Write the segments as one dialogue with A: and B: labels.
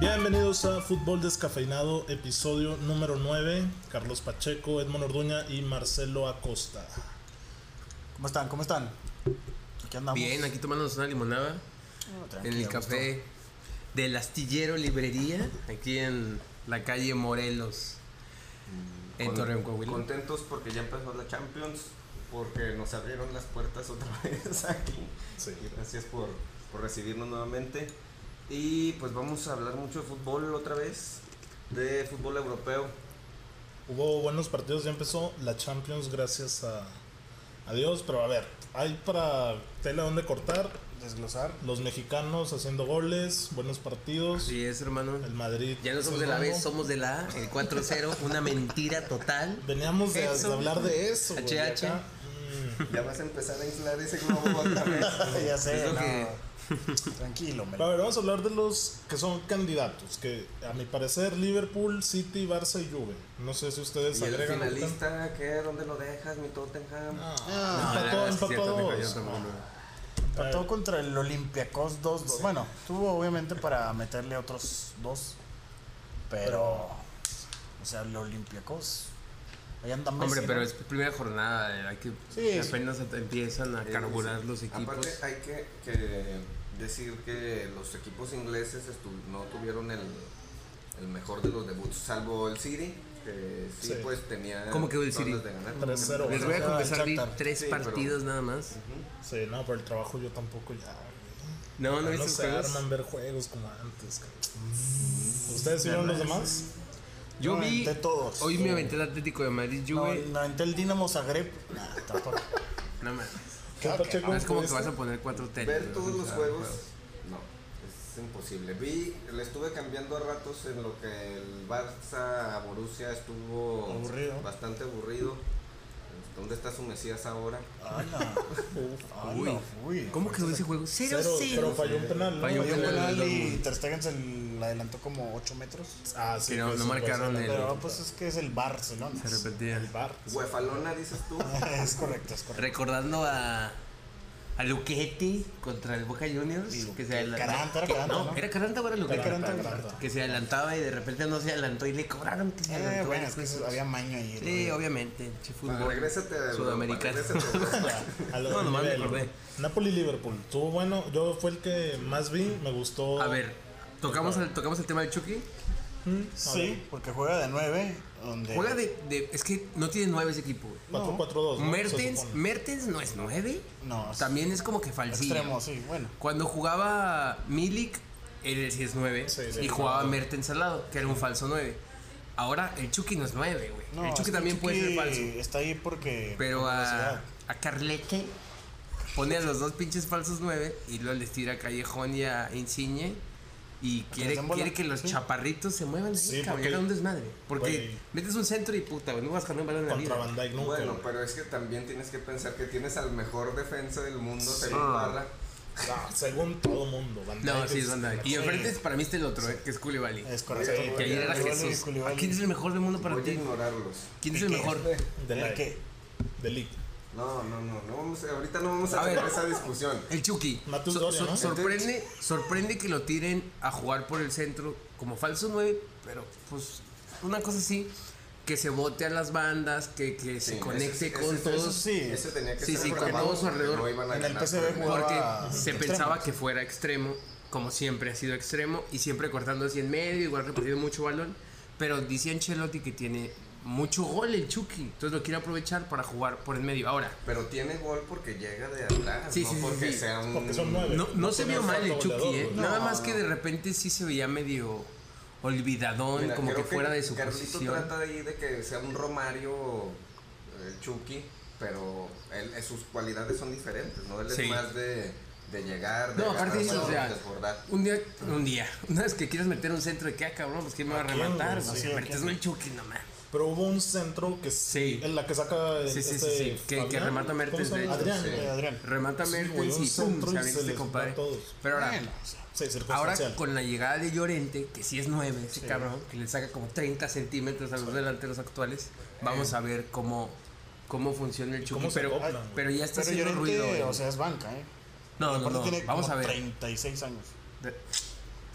A: Bienvenidos a Fútbol Descafeinado, episodio número 9. Carlos Pacheco, Edmond Orduña y Marcelo Acosta.
B: ¿Cómo están? ¿Cómo están? Aquí andamos.
C: Bien, aquí tomándonos una limonada
B: Oh,
C: en
B: tranqui,
C: el
B: a gusto.
C: café del Astillero Librería, aquí en la calle Morelos, en
D: Con-
C: Torreón, Coahuila.
D: Contentos porque ya empezó la Champions, porque nos abrieron las puertas otra vez aquí.
A: Sí.
D: Gracias por, por recibirnos nuevamente. Y pues vamos a hablar mucho de fútbol otra vez, de fútbol europeo.
A: Hubo buenos partidos, ya empezó la Champions, gracias a, a Dios. Pero a ver, hay para tela donde cortar.
B: Desglosar.
A: Los mexicanos haciendo goles, buenos partidos.
C: Así es, hermano.
A: El Madrid.
C: Ya no somos de la
A: sonando.
C: B, somos de la A, el 4-0, una mentira total.
A: Veníamos de,
C: Eso.
A: de hablar de eso. güey, y
C: HH.
A: acá, mm.
D: Ya vas a empezar a inflar ese globo otra vez.
B: ya sé,
C: Es lo
B: no.
C: que-
B: Tranquilo, hombre.
A: A ver, vamos a hablar de los que son candidatos. Que a mi parecer, Liverpool, City, Barça y Juve. No sé si ustedes
D: Y el
A: agregan.
D: finalista, ¿qué? ¿Dónde lo dejas, mi Tottenham?
A: Ah,
B: Ah,
A: empató,
C: la verdad es que
A: empató
C: cierto, me
A: dos. Ah,
C: cayó otro mundo.
B: Empató contra el Olympiacos 2-2. Bueno, tuvo obviamente para meterle otros dos. Pero. O sea, el Olympiacos. Ahí anda Messi.
C: Hombre, pero
B: ¿no?
C: es primera jornada, eh, hay que
B: Sí,
C: apenas empiezan a
D: Sí,
C: carburar
D: sí.
C: los equipos.
D: Eh, Aparte hay que, que decir que los equipos ingleses estu- no tuvieron el, el mejor de los debuts, salvo el City, que sí,
A: Sí.
D: pues tenía
C: ¿Cómo quedó el
D: todas
C: City?
D: las de ganar.
A: 3-0.
C: Les voy a
A: Ah,
C: confesar vi
A: Shakhtar.
C: tres
D: Sí, pero-
C: partidos nada más.
A: Sí, no, por el trabajo yo tampoco ya.
C: No, no,
A: No,
C: viste los
A: se
C: juegos?
A: arman ver juegos como antes. cabrón. ¿Ustedes vieron los demás?
C: Yo
B: No,
C: vi.
B: de todos.
C: Hoy me aventé el Atlético de Madrid
B: No,
C: Juve.
B: no, entre el Dinamo Zagreb. Nah, tampoco.
C: No, mames.
A: ¿Qué Pacheco?
C: No es como que
A: ¿Pudiste?
C: vas a poner cuatro teles.
D: Ver
C: ¿no?
D: todos
C: O
D: los
C: sea,
D: juegos,
C: juego.
D: no, es imposible. Vi, le estuve cambiando a ratos en lo que el Barça Borussia estuvo
A: Aburrido.
D: bastante aburrido. ¿Dónde está su Mesías ahora?
B: Ah, no. Ah, no. Uy.
C: ¿Cómo quedó ese juego? Cero,
A: Cero,
C: cero.
A: pero falló un penal. ¿no?
C: Falló un
B: Falló un
C: penal.
B: penal y
C: Dortmund.
B: Ter Stegen se la adelantó como 8 metros.
A: Ah, sí.
C: Que no-
A: pues,
C: no
A: sí,
C: marcaron
A: pues,
C: el-
B: Pero pues es que es el Barcelona.
C: Se repetía.
A: el bar.
D: Huefalona, dices tú.
C: Ah,
B: es correcto, es correcto.
C: Recordando a. A Luchetti contra el Boca Juniors.
B: Y
C: que se
B: Luchetti.
C: adelantó.
B: Caranta, era Caranta,
C: No,
B: ¿no?
C: era Caranta o era Luchetti.
B: Caranta,
A: Caranta.
C: Que se adelantaba y de repente no se adelantó y le cobraron que se
B: Eh,
C: adelantó.
B: bueno, es que eso- había maño ahí.
C: pues, Sí,
B: ¿no?
C: obviamente. Che,
D: Bueno,
C: fútbol
D: regrésate a Europa,
C: sudamericano.
D: regrésate a Europa.
A: A lo
C: No,
A: del
C: nomás me
A: nivel,
C: acordé.
A: güey. Napoli-Liverpool. Estuvo bueno. Yo fue el que más vi. Me gustó.
C: A ver, ¿tocamos el, ¿tocamos el tema del Chucky?
A: Mm,
B: Sí, porque juega de 9. Donde
C: Juega de, de- Es que no tiene nueve ese equipo, güey.
A: a ver, 4-4-2. ¿no? Se
C: Mertens,
A: supone.
C: Mertens no es nueve.
B: No, es
C: También es como que falsillo.
B: extremo, sí, bueno.
C: Cuando jugaba Milik, él sí es 9.
A: Sí, sí,
C: y
A: claro.
C: jugaba Mertens al lado, que era un falso 9. Ahora el Chucky no es 9, güey.
B: No,
C: el
B: es
C: Chucky
B: que
C: también puede ser
B: Chucky
C: falso.
B: Está ahí porque.
C: Pero ah, a,
B: velocidad.
C: a Carlete pone a los dos pinches falsos 9 y luego les tira a Callejón y a Insigne. Y quiere,
B: den bola.
C: quiere que los
B: Sí.
C: chaparritos se muevan.
A: Sí,
C: Sí, cabrón,
A: porque-
C: hagan un desmadre. Porque
A: Güey.
C: metes un centro y puta, güey, no vas a ganar un balón en la
A: Contra
C: vida.
A: Van Dijk nunca.
D: Bueno, pues,
A: güey.
D: pero es que también tienes que pensar que tienes al mejor defensa del mundo, según
C: Ah.
D: Barra.
A: Ah, según todo mundo. Van
C: No,
A: Dijk
C: sí,
A: es-
C: es Van Dijk. Y enfrente es- para mí está el otro, eh, que es Koulibaly.
B: Es correcto.
D: Sí,
C: Que ayer era
B: Koulibaly,
C: Jesús.
B: Koulibaly.
C: ¿A ¿Quién es el mejor del mundo para
D: Voy a
C: ti?
D: ignorarlos.
C: ¿Quién es el
B: ¿Qué?
C: mejor?
A: De la
B: El que-
A: De Ligue.
D: No, no, no, no vamos, ahorita no vamos a,
C: A ver.
D: tener esa discusión.
C: El Chucky.
A: Mateus Doria, ¿no?
C: sorprende, sorprende que lo tiren a jugar por el centro como falso 9, pero pues una cosa así, que se bote a las bandas, que, que se
D: Sí,
C: conecte
D: ese-
C: con
D: ese-
C: todos.
B: eso sí.
D: Ese tenía que
C: Sí,
D: ser
C: sí, con
D: programado
C: todo su
D: porque
C: alrededor.
D: No iban a
B: En el
D: ganar
B: PSV
D: por
B: jugaba-
C: Porque
B: Ah,
C: se
B: extremo,
C: pensaba
B: sí.
C: que fuera extremo, como siempre ha sido extremo, y siempre cortando así en medio, igual repartiendo mucho balón. Pero dice Ancelotti que tiene mucho gol el Chucky, entonces lo quiere aprovechar para jugar por el medio. Ahora,
D: Pero tiene gol porque llega de atrás,
C: Sí,
D: no
C: sí, sí,
D: porque
C: sí.
D: sea un...
A: Porque son nueve.
C: No, no se
A: tiene
C: vio mal el
A: tanto
C: Chucky,
A: goleador,
C: ¿eh?
A: güey.
C: Nada más que de repente sí se veía medio olvidadón,
D: Mira,
C: como que
D: creo
C: fuera de su
D: Carlito
C: posición.
D: trata ahí de que sea un Romario eh, Chucky, pero él- eh, sus cualidades son diferentes, ¿no? Él es
C: Sí.
D: más de, de llegar, de
C: No,
D: agarrar
C: aparte dices, o
D: balones,
C: sea,
D: desbordar.
C: un día, un día, una vez que quieres meter un centro de que, ah, cabrón, pues quién me va a
A: quién,
C: rematar,
A: güey?
C: güey?
A: Sí,
B: ¿a
C: Pero es
B: quién?
C: el Chucky nomás.
A: Pero hubo un centro que
C: Sí.
A: en la que saca el-
C: Sí, sí, sí,
A: este
C: sí, que- que
A: Fabián,
C: remata
A: ¿cómo
C: Mertens,
A: se llama?
C: de hecho,
A: Adrián.
D: sí.
B: Eh, Adrián.
C: Remata
A: Sí, güey,
C: Mertens
A: un
C: y pum,
A: centro y
C: se
A: se
C: avienta este
A: les va
C: compadre.
A: a todos.
C: Pero ahora,
B: Bueno, o sea,
A: Sí,
C: ahora
A: circunstancial.
C: con la llegada de Llorente, que sí es 9, ese cabrón, que le saca como 30 centímetros a los delanteros actuales, vamos a ver cómo, cómo funciona el Chucky.
A: cómo se
C: Pero,
A: acoplan, güey.
C: pero ya está
B: Pero
C: haciendo
B: Llorente,
C: ruido. güey.
B: o sea, es banca, ¿eh?
C: No, no,
B: Aparte
C: no.
B: tiene
C: Vamos
B: como
C: a ver.
B: 36 años.
C: De-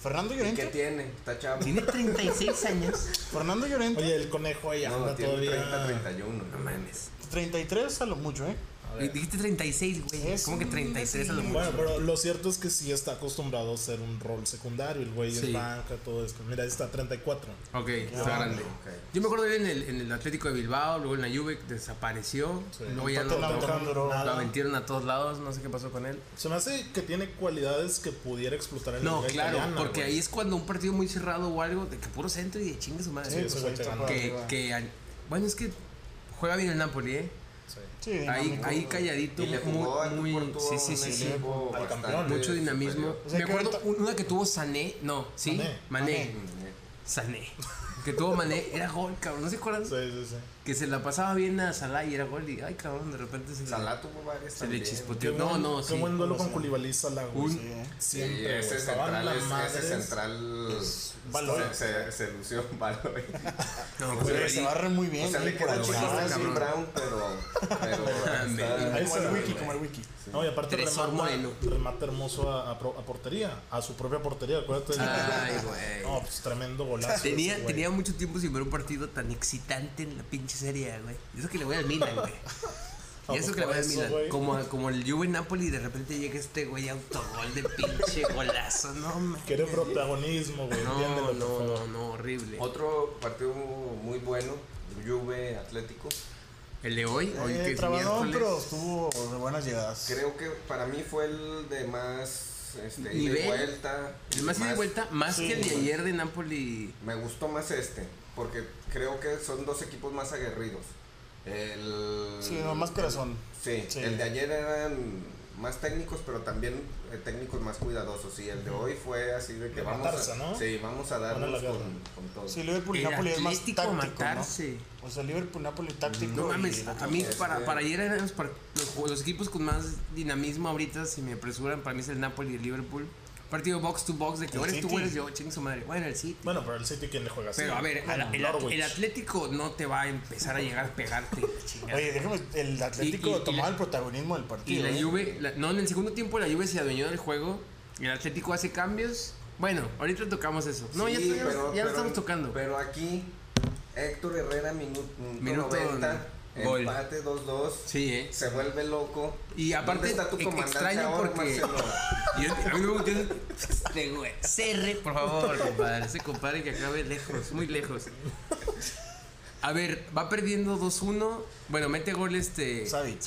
B: Fernando
D: ¿Y qué
B: Llorente.
D: tiene? Está chavo.
C: Tiene 36 años.
B: Fernando Llorente.
A: Oye, el conejo ahí
D: No,
A: anda
D: tiene
A: todavía.
D: 30, 31. No mames.
B: 33 a lo mucho, ¿eh?
A: A ver.
C: Dijiste 36, güey.
B: Es
C: ¿Cómo que
B: un
C: 36 a lo
A: Bueno,
C: mucho?
A: pero lo cierto es que sí está acostumbrado a ser un rol secundario. El güey
C: Sí.
A: es banca, todo esto. Mira, está 34.
C: Ok, está grande.
D: ok.
C: Yo me acuerdo de él en el, en el Atlético de Bilbao, luego en la Juve desapareció,
A: Sí.
C: luego ya
B: En
C: lo,
B: Tottenham
C: lo-
B: también duró.
C: lo aventieron a todos lados, no sé qué pasó con él.
A: Se me hace que tiene cualidades que pudiera explotar en la
C: No,
A: liga
C: claro,
A: italiana,
C: porque
A: güey.
C: ahí es cuando un partido muy cerrado o algo, de que puro centro y de chingue su
A: Sí,
C: madre.
A: ese
B: pues
A: güey
B: ahí
A: te
B: está
A: gana.
B: para-
C: que,
B: arriba.
C: que al- bueno, es que juega bien el Napoli, ¿eh?
A: Sí.
B: Sí,
C: Ahí,
B: dinámico.
C: ahí calladito,
D: Y le jugó al
C: muy,
D: tú
C: muy
D: por tú
C: sí,
D: a
C: sí,
D: un
C: sí, sí.
D: equipo
A: Al
D: bastante
A: campeón.
C: Mucho dinamismo.
D: superior.
B: O sea
C: me
B: que
C: acuerdo
B: ahorita-
C: una que tuvo Sané, no, sí,
A: Mané.
C: Mané,
B: Mané.
C: Sané. Que tuvo Mané, era gol, cabrón, ¿no se acuerdan?
A: Sí, sí, sí.
C: Que se la pasaba bien a Salah y era gol y ay cabrón, de repente se,
D: Salah tuvo varias
C: se le
D: también.
A: Qué
C: chispoteó. No,
A: buen-
C: no,
A: Qué
C: sí.
A: buen duelo con
B: Sí.
A: Koulibaly Salah, güey.
C: Un-
B: Sí, ¿eh?
D: Sí,
A: Siempre, güey.
D: ese,
A: Estaban
D: central,
A: las
D: es- ese
A: madres.
D: central
A: Baloy.
D: se, se, se lució un Baloy.
C: No, pues,
B: Güey,
C: Koulibaly-
B: se barre muy bien.
D: O sea,
B: ¿eh?
D: le
B: por
D: quedó
B: ahí.
D: chico
C: Ah,
D: a Jim
C: cabrón. Ah,
D: Brown, pero... pero está-
A: Ahí
B: Como
A: se
B: el
A: la-
B: wiki, como el wiki.
A: No, y aparte
C: Tresor
A: remata,
C: Moreno.
A: remata hermoso a, a pro- a portería, a su propia portería, acuérdate. del-
C: Ay, güey.
A: No, pues tremendo golazo. ese
C: Tenía,
A: güey.
C: tenía mucho tiempo sin ver un partido tan excitante en la pinche serie, A, güey. Y eso que le voy al Milan, güey.
A: Ah,
C: Y
A: pues
C: eso que le voy
A: por
C: al
A: eso,
C: Milan.
A: güey.
C: Como, a- como el Juve Napoli, de repente llega este güey autogol de pinche golazo. No, man.
A: Quiere protagonismo, güey.
C: No,
A: entiéndelo,
C: no,
A: por favor.
C: no, no, horrible.
D: Otro partido muy bueno, Juve Atlético.
C: El de hoy, hoy
B: Eh,
C: que es
B: trabadón, pero
C: miércoles.
B: estuvo de buenas llegadas.
D: Creo que para mí fue el de más este, ida y
C: Nivel.
D: vuelta.
C: El más ida y vuelta, más
B: Sí,
C: que el de
B: güey.
C: ayer de Napoli.
D: Me gustó más este, porque creo que son dos equipos más aguerridos. El,
B: Sí, no, más corazón.
D: Sí,
B: Sí.
D: el de ayer eran más técnicos, pero también eh, técnicos más cuidadosos. Y el de hoy fue así de que
A: De
D: vamos
A: matarse,
D: a,
A: ¿no?
D: sí, vamos a
A: Van a la
D: darnos
A: guerra.
D: con, con todo.
B: Sí, Liverpool y
C: El
B: Napoli es más
C: Atlético a
B: táctico,
C: matarse.
B: ¿no? O sea, Liverpool Napoli táctico.
C: No
B: y
C: mames,
B: el otro-
C: a mí
D: es
C: para,
D: que-
C: para ayer eran los, par- los ju- los equipos con más dinamismo ahorita, si me apresuran, para mí es el Napoli y el Liverpool. Partido box to box, de que
B: El
C: ahora tú
B: City.
C: eres yo, chingue su madre. Bueno, el City.
A: Bueno, pero el City, ¿quién le juega así?
C: Pero a ver, al- el,
A: Norwich.
C: el Atlético no te va a empezar a llegar a pegarte. la chingada.
B: Oye, déjame, el Atlético
C: Y- y- y
B: tomaba
C: la-
B: el protagonismo del partido.
C: y la
B: ¿eh?
C: Juve, la- no, en el segundo tiempo la Juve se adueñó del juego, y el Atlético hace cambios. Bueno, ahorita tocamos eso. No,
D: Sí,
C: ya, estamos-
D: pero-
C: ya lo
D: pero-
C: estamos tocando.
D: Pero aquí, Héctor Herrera, minu- minuto,
C: Minuto
D: 90,
C: gol.
D: empate 2-2.
C: sí, eh.
D: Se vuelve loco.
C: Y aparte,
D: ¿Dónde está tu
C: ex-
D: comandante
C: extraño
D: ahora,
C: porque.
D: Marcelo?
C: Yo- a mí me gusta este güey. Cerre, por favor, compadre. Ese compadre que acabe lejos, muy lejos. A ver, va perdiendo 2-1. Bueno, mete gol este.
B: Savic.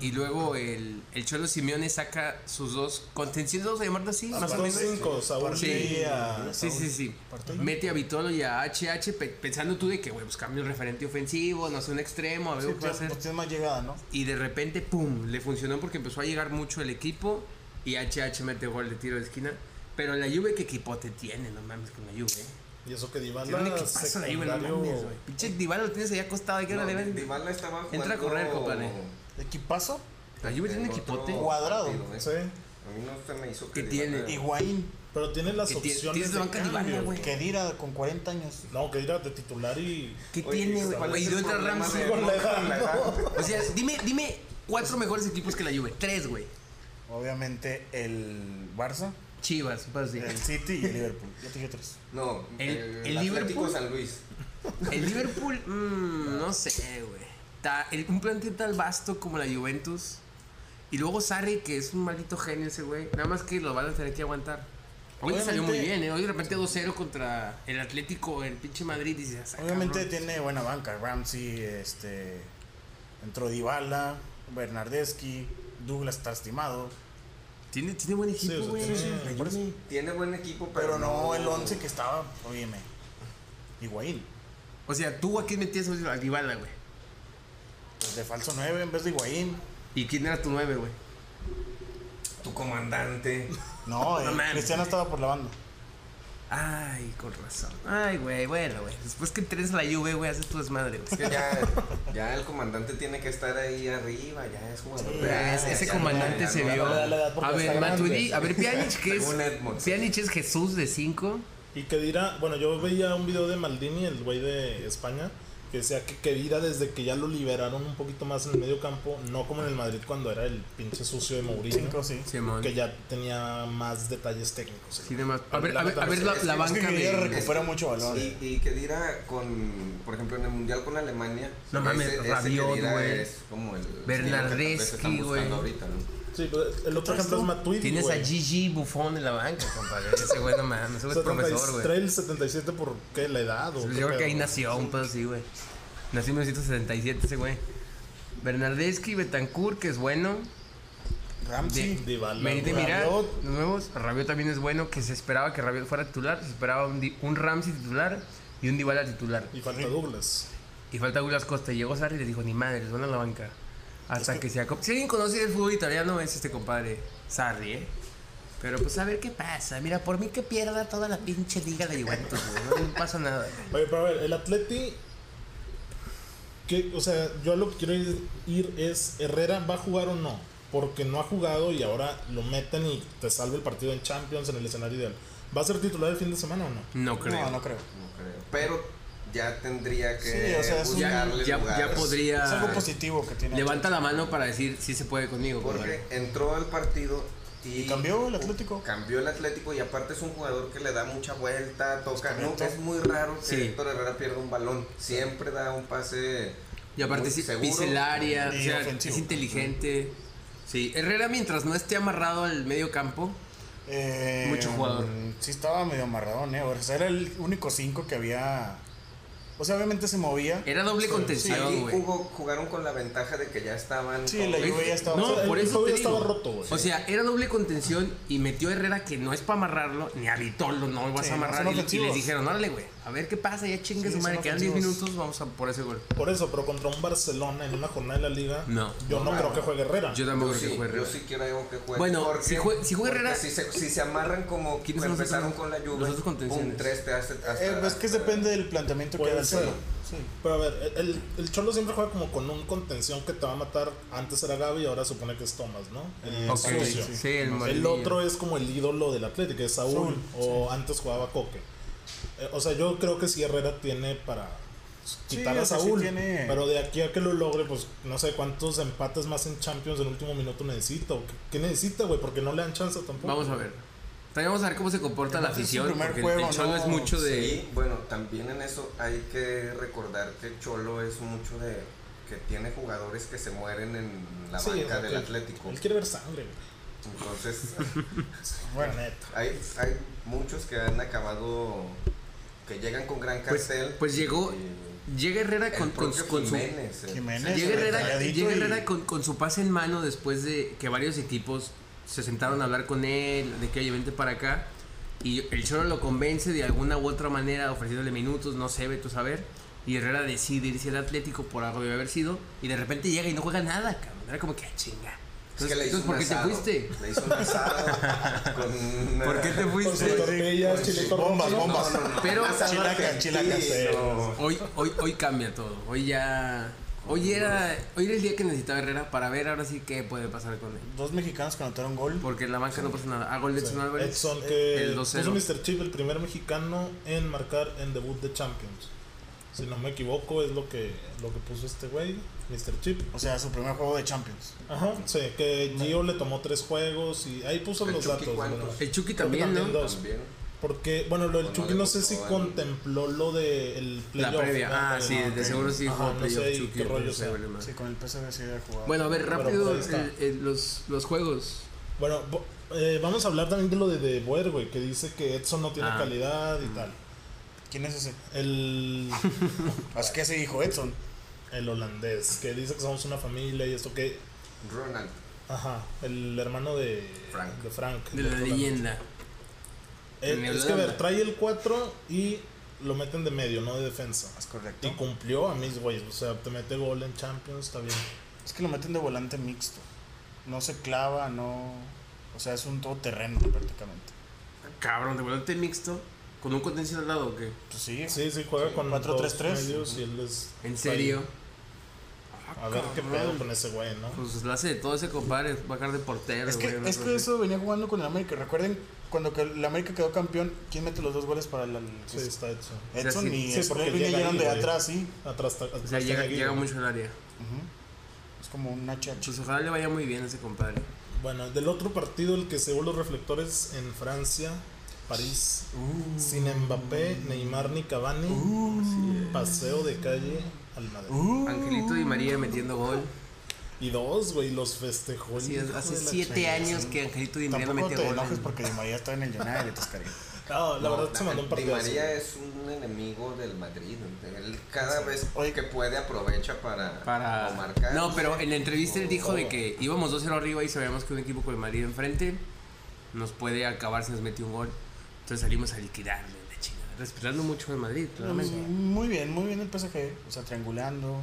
C: Y luego el, el Cholo Simeone saca sus dos contenciosos, vamos a llamarlo así.
A: Más
C: Más o
A: con
C: menos.
A: cinco, Saúl
C: Sí.
A: y a-
C: Ah, Sí, sí, sí.
B: Partey.
C: Mete a Vitolo y a HH pe- pensando tú de que, güey, pues cambio un referente ofensivo, no sé, un extremo, a ver
B: Sí,
C: qué puede
B: tiene-
C: hacer.
B: pues tiene más llegada, ¿no?
C: Y de repente, ¡pum! Le funcionó porque empezó a llegar mucho el equipo y HH mete gol de tiro de esquina. Pero la Juve, ¿qué equipote tiene? No mames con la Juve. eh.
A: Y eso que Dybala
C: Tiene un equipazo la Juve, no
A: secundario-
C: mames, güey. Pinche Dybala lo tienes ahí acostado, ¿y qué hora le
D: No,
C: ven?
D: Dybala estaba jugando.
C: Entra a correr, compadre.
B: Equipazo,
C: La Juve tiene un
D: en otro
C: equipote
B: Cuadrado.
D: partido, ¿eh?
A: Sí.
D: A mí no se me hizo
C: ¿Qué
D: que
C: tiene?
D: Dybala-
B: Higuaín,
A: Pero tiene las
C: Que tiene-
A: opciones
C: tienes la
A: de
C: banca de Dybala,
A: cambio,
C: güey.
B: Kedira con 40 años.
A: No, que era de titular y...
C: ¿Qué
D: Oye,
C: tiene, güey?
D: ¿cuál
C: Güey,
D: es
C: de
D: el
C: otra
D: problema
C: Ramsey.
D: de-
A: Con la edad,
D: con la edad?
C: O sea, dime, dime cuatro mejores equipos que la Juve. Tres, güey.
B: Obviamente el Barça,
C: Chivas, vas a
D: Eh,
B: el
C: decir.
B: City y el Liverpool. Yo te dije tres.
D: No,
C: El-
D: el,
C: el
D: Atlético
C: Liverpool.
D: San Luis.
C: El Liverpool, mm, no sé, güey. Ta- el- Un plantel tan vasto como la Juventus. Y luego Sarri, que es un maldito genio ese güey. Nada más que lo van a tener que aguantar. Hoy le salió muy
B: Obviamente-
C: bien, ¿eh? Hoy de repente 2-0 contra el Atlético, el pinche Madrid. Y dices, "Ah,
B: Obviamente
C: cabrón".
B: tiene buena banca, Ramsey, este entró Dybala, Bernardeschi, Douglas está estimado,
C: tiene, tiene buen
A: Sí, o
C: equipo,
A: sea,
C: güey.
A: tiene-
C: La
B: por
C: Juve.
D: Tiene buen equipo, pero,
B: pero no el 11 que estaba, óyeme. Higuaín,
C: O sea, tú a quién metías a Dybala, güey.
B: pues de falso 9 en vez de Higuaín.
C: ¿Y quién era tu 9, güey?
D: Tu comandante.
C: No
B: No, eh,
C: mames.
B: Cristiano estaba por la banda.
C: Ay, con razón. Ay, güey, bueno, güey. Después que entres a la Juve, güey, haces tu desmadre, güey.
D: Es que ya, ya el comandante tiene que estar ahí arriba, ya es jugador.
B: Sí,
D: de
C: Ah,
D: área,
C: ese- ese
D: ya
C: comandante
D: no-
C: se
D: ya no-
C: vio.
A: da la edad porque
C: A
A: está
C: ver,
A: grande.
C: Matuidi, a ver, Pjanic, que
D: Según
C: es.
D: Edmond.
C: Pjanic es Jesús de 5.
A: Y que dirá, bueno, yo veía un video de Maldini, el güey de España, que decía que, que Vira desde que ya lo liberaron un poquito más en el medio campo, no como en el Madrid cuando era el pinche sucio de Mourinho,
B: Cinco, sí.
C: Simón.
A: que ya tenía más detalles técnicos.
C: Sí, demás. A ver, a ver, a ver la, la
B: Es que
C: banca
B: Guille
C: de.
B: recupera mucho valor.
D: Y, y que dirá con, por ejemplo, en el mundial con Alemania.
C: No mames,
D: ese- ese
C: Rabiot,
D: Kedira
C: güey.
D: Es como el.
C: Bernardeschi,
D: que tal vez están buscando
C: güey.
D: ahorita, ¿no?
A: Sí, pues, el otro ejemplo es Matuidi,
C: Tienes a
A: güey.
C: Gigi Buffon en la banca, compadre. Ese güey no mames, ese güey es profesor, güey.
A: Trae el 77 por qué la edad o qué
C: Yo creo que
A: pedo?
C: ahí nació un pedo así, güey. Nació en 1977 ese güey. Bernardeschi, Betancourt, que es bueno.
B: Ramsey.
A: Dybala,
C: Benítez
A: güey.
C: Mirá,
B: Rabiot.
C: nuevos. Rabiot también es bueno, que se esperaba que Rabiot fuera titular. Se esperaba un, Di- un Ramsey titular y un Dybala titular.
A: y falta Douglas.
C: Y falta Douglas Costa. Y llegó Sarri y le dijo, ni madre, les van a la banca. Hasta que, se acop... Si alguien conoce el fútbol italiano es este compadre, Sarri, ¿eh? Pero pues a ver qué pasa. Mira, por mí que pierda toda la pinche liga de Juventus, güey. No pasa nada.
A: Oye, pero a ver, el Atleti que, o sea, yo a lo que quiero ir, ir es Herrera va a jugar o no, porque no ha jugado y ahora lo meten y te salva el partido en Champions en el escenario ideal. ¿Va a ser titular el fin de semana o no?
C: No creo.
B: No, no creo.
D: No creo. Pero ya tendría que.
B: Sí, o sea, es un-
C: ya,
D: buscarle
C: ya-
D: lugares.
C: ya podría.
B: Es algo positivo que tiene.
C: Levanta la mano para decir si se puede conmigo.
D: Porque
C: compadre.
D: entró al partido y,
B: Y cambió el Atlético.
D: Cambió el Atlético y aparte es un jugador que le da mucha vuelta,
B: Pues
D: toca. No,
B: correcto.
D: es muy raro que
C: Sí.
D: Héctor Herrera pierda un balón. Siempre da un pase.
C: Y aparte
D: muy
C: sí,
D: seguro.
C: pisa el área,
B: Y
C: o sea,
B: ofensivo.
C: es inteligente. Sí, Herrera mientras no esté amarrado al medio campo,
B: Eh,
C: Mucho jugador.
B: Sí, estaba medio amarradón, ¿eh? O sea, era el único 5 que había. O sea, obviamente se movía.
C: era doble
D: Aquí
C: contención, güey.
D: jugó- jugaron con la ventaja de que ya estaban.
B: Sí,
D: con-
B: la Juve ya estaba.
C: No,
A: O sea, el
C: por eso
A: juego
C: te
A: ya estaba
C: digo.
A: roto, güey.
C: O sea, era doble contención y metió a Herrera que no es para amarrarlo, ni a Vitolo, no vas
B: Sí,
C: a
B: no,
C: amarrar.
B: son
C: y- y,
B: ofensivos.
C: les dijeron, órale, güey, a ver qué pasa, ya chingue
B: Sí,
C: su madre,
B: son
C: quedan 10
B: ofensivos.
C: minutos, vamos a por ese gol.
A: Por eso, pero contra un Barcelona en una jornada de la liga,
C: No.
A: yo no,
D: No,
A: creo
D: no.
A: que juegue Herrera.
C: Yo
D: Yo
C: tampoco creo
D: sí,
C: que fue Herrera.
D: yo sí quiero que juegue.
C: Bueno, si jue- si juega
D: porque
C: Herrera-
D: Si se, si se amarran como
C: ¿Quiénes son los
D: empezaron
C: otros-
D: con la Juve.
C: los otros
D: Un
C: contenciones?
D: 3 te hace. Hasta,
B: Eh, es que
D: hasta-
B: depende del planteamiento que
A: Puede
B: haga
A: ser.
B: el Cholo. Sí.
A: Pero a ver, el, el Cholo siempre juega como con un contención que te va a matar. Antes era Gaby y ahora supone que es Thomas, ¿no? El
C: Ok,
A: sucio.
C: sí, sí, el
A: el
C: morenillo.
A: otro es como el ídolo del Atlético, es Saúl.
B: Saúl,
A: o antes jugaba Coque. Eh, o sea, yo creo que si Herrera tiene para
B: Sí,
A: quitar
B: o
A: a
B: sea, sí
A: Saúl.
B: tiene-
A: Pero de aquí a que lo logre, pues no sé cuántos empates más en Champions en último minuto necesita. o ¿Qué, qué necesita, güey? Porque no le dan chance tampoco.
C: Vamos a ver. También vamos a ver cómo se comporta la
B: Además, es su
C: afición.
B: primer
C: Porque
B: juego,
C: el Cholo
B: ¿no?
C: es mucho de.
D: Sí, bueno, también en eso hay que recordar que Cholo es mucho de que tiene jugadores que se mueren en la
A: Sí, o
D: banca
A: sea,
D: del
A: que-
D: Atlético.
A: Él quiere ver sangre, güey.
D: Entonces,
A: Bueno, neta.
D: hay, hay muchos que han acabado que llegan con gran
C: Pues-
D: cartel.
C: pues llegó
D: y
C: Llega Herrera
D: el
C: con, con,
D: propio
C: con su.
D: Jiménez, eh,
B: Jiménez.
C: Llega Herrera,
B: Calladito
C: llega
B: y-
C: Herrera con, con su pase en mano después de que varios equipos se sentaron a hablar con él, de que oye, vente para acá. Y el Cholo lo convence de alguna u otra manera, ofreciéndole minutos, no sé, ve tú saber. Y Herrera decide irse al Atlético por algo de haber sido. Y de repente llega y no juega nada, cabrón. Era como que "Ah, chinga.
D: es que
C: Entonces,
D: le hizo
C: entonces,
D: un
C: ¿por qué te
D: asado,
C: fuiste?
D: Le hizo un asado con una-
C: ¿Por qué te
A: Con sus
C: fuiste?
A: tortillas,
D: Pues,
A: chile
D: sí.
A: con
B: Bombas,
A: chile.
B: bombas.
D: No, no, no,
C: Pero-
D: un asado
B: Chilacas,
D: argentino.
B: chilacas, eh.
C: Hoy, hoy, hoy cambia todo. Hoy ya. Hoy era, hoy era el día que necesitaba Herrera para ver ahora sí qué puede pasar con él.
B: Dos mexicanos que anotaron gol.
C: Porque en la banca no pasa nada. Hago el de Edson Álvarez.
A: Edson, que
C: El
A: puso
C: 2-0.
A: Mr. Chip, el primer mexicano en marcar en debut de Champions. Si no me equivoco, es lo que, lo que puso este güey, Mr. Chip.
B: O sea, su primer juego de Champions.
A: Ajá, sí, que Gio le tomó tres juegos y ahí puso
D: ¿El
A: los
D: Chucky
A: datos.
D: cuántos?
A: bueno.
C: El Chucky
A: Creo que
C: también, ¿no?
A: dos.
D: También.
A: Porque, bueno, lo del
D: No
A: Chucky
D: le
A: no sé
D: gustó
A: si
D: al-
A: contempló lo del
C: La
A: playoff. ¿no?
C: previa. Ah,
A: Del-
C: sí, de seguro sí
A: Ajá,
C: jugó
A: no
C: playoff
A: sé y
C: Chucky.
A: qué
C: no
A: rollo
C: sé,
A: sea.
C: vale más.
B: Sí, con el PSV sí había jugado.
C: Bueno, a ver,
A: Pero pues
C: rápido
A: ahí está.
C: el- el- los, los juegos.
A: Bueno, bo- eh, vamos a hablar también de lo de De Boer, güey, que dice que Edson no tiene
C: Ah.
A: calidad y tal.
B: ¿Quién es ese?
A: El
B: Así que ese dijo Edson.
A: el holandés, que dice que somos una familia y esto que...
D: Ronald.
A: Ajá, el hermano de
D: Frank.
A: De, Frank,
C: De la
A: Holanda.
C: leyenda.
A: Eh,
C: de
A: es que a ver,
C: Holanda.
A: trae el 4 y lo meten de medio, no de defensa.
B: Es correcto.
A: Y cumplió a mis güeyes, o sea, te mete gol en Champions, está bien.
B: Es que lo meten de volante mixto. No se clava, no. O sea, es un todoterreno prácticamente.
C: Cabrón, de volante mixto. Con un contención al lado, ¿o qué?
B: Pues sí.
A: Sí, sí, juega con
B: 4-3-3.
A: dos medios y él es...
C: En serio.
A: a ver qué
C: Ah, cabrón.
A: pedo con ese güey, ¿no?
C: Pues la hace de todo ese compadre, bajar de portero,
B: Es que,
C: güey, no
B: es
C: sé.
B: que
A: pues
B: eso venía jugando con el América. Recuerden, cuando que el América quedó campeón, ¿quién mete los dos goles para la,
A: Sí, está hecho.
B: Edson
C: Sí,
B: y
A: sí,
B: Sporting
A: porque
B: Cristal
A: llega
B: llegaron
A: ahí,
B: de
A: güey.
B: atrás, sí.
A: Atrás, ta-
C: O sea,
A: atrás
C: llega,
A: Tenagui,
C: llega
A: güey.
C: mucho al área.
B: Es como un hacha.
C: Pues ojalá le vaya muy bien a ese compadre.
A: Bueno, del otro partido, el que se llevó los reflectores en Francia, París,
C: Uh.
A: sin Mbappé, Neymar ni Cavani, paseo de calle al Madrid.
C: Uh. Angelito Di María metiendo gol.
A: Y dos, güey, los festejó. el
C: Sí,
A: hijo
C: hace
A: de la
C: siete
A: chingada.
C: años que Angelito Di María no
B: Tampoco
C: mete
B: te
C: gol.
B: enojes
C: en-
B: porque Di María está en el United, Oscarín.
A: No, la
D: No,
A: verdad se mandó un
D: Di
A: partido.
D: María es un enemigo del Madrid. Él cada vez
B: Oye.
D: que puede aprovecha para, o
C: Para...
D: marcar.
C: No, pero en la entrevista él dijo de
A: Oh.
C: que íbamos 2-0 arriba y sabíamos que un equipo con el Madrid enfrente nos puede acabar si nos mete un gol. Entonces salimos a liquidarle la chingada. Respetando mucho al Madrid, claramente.
B: Muy bien, muy bien el PSG. O sea, triangulando.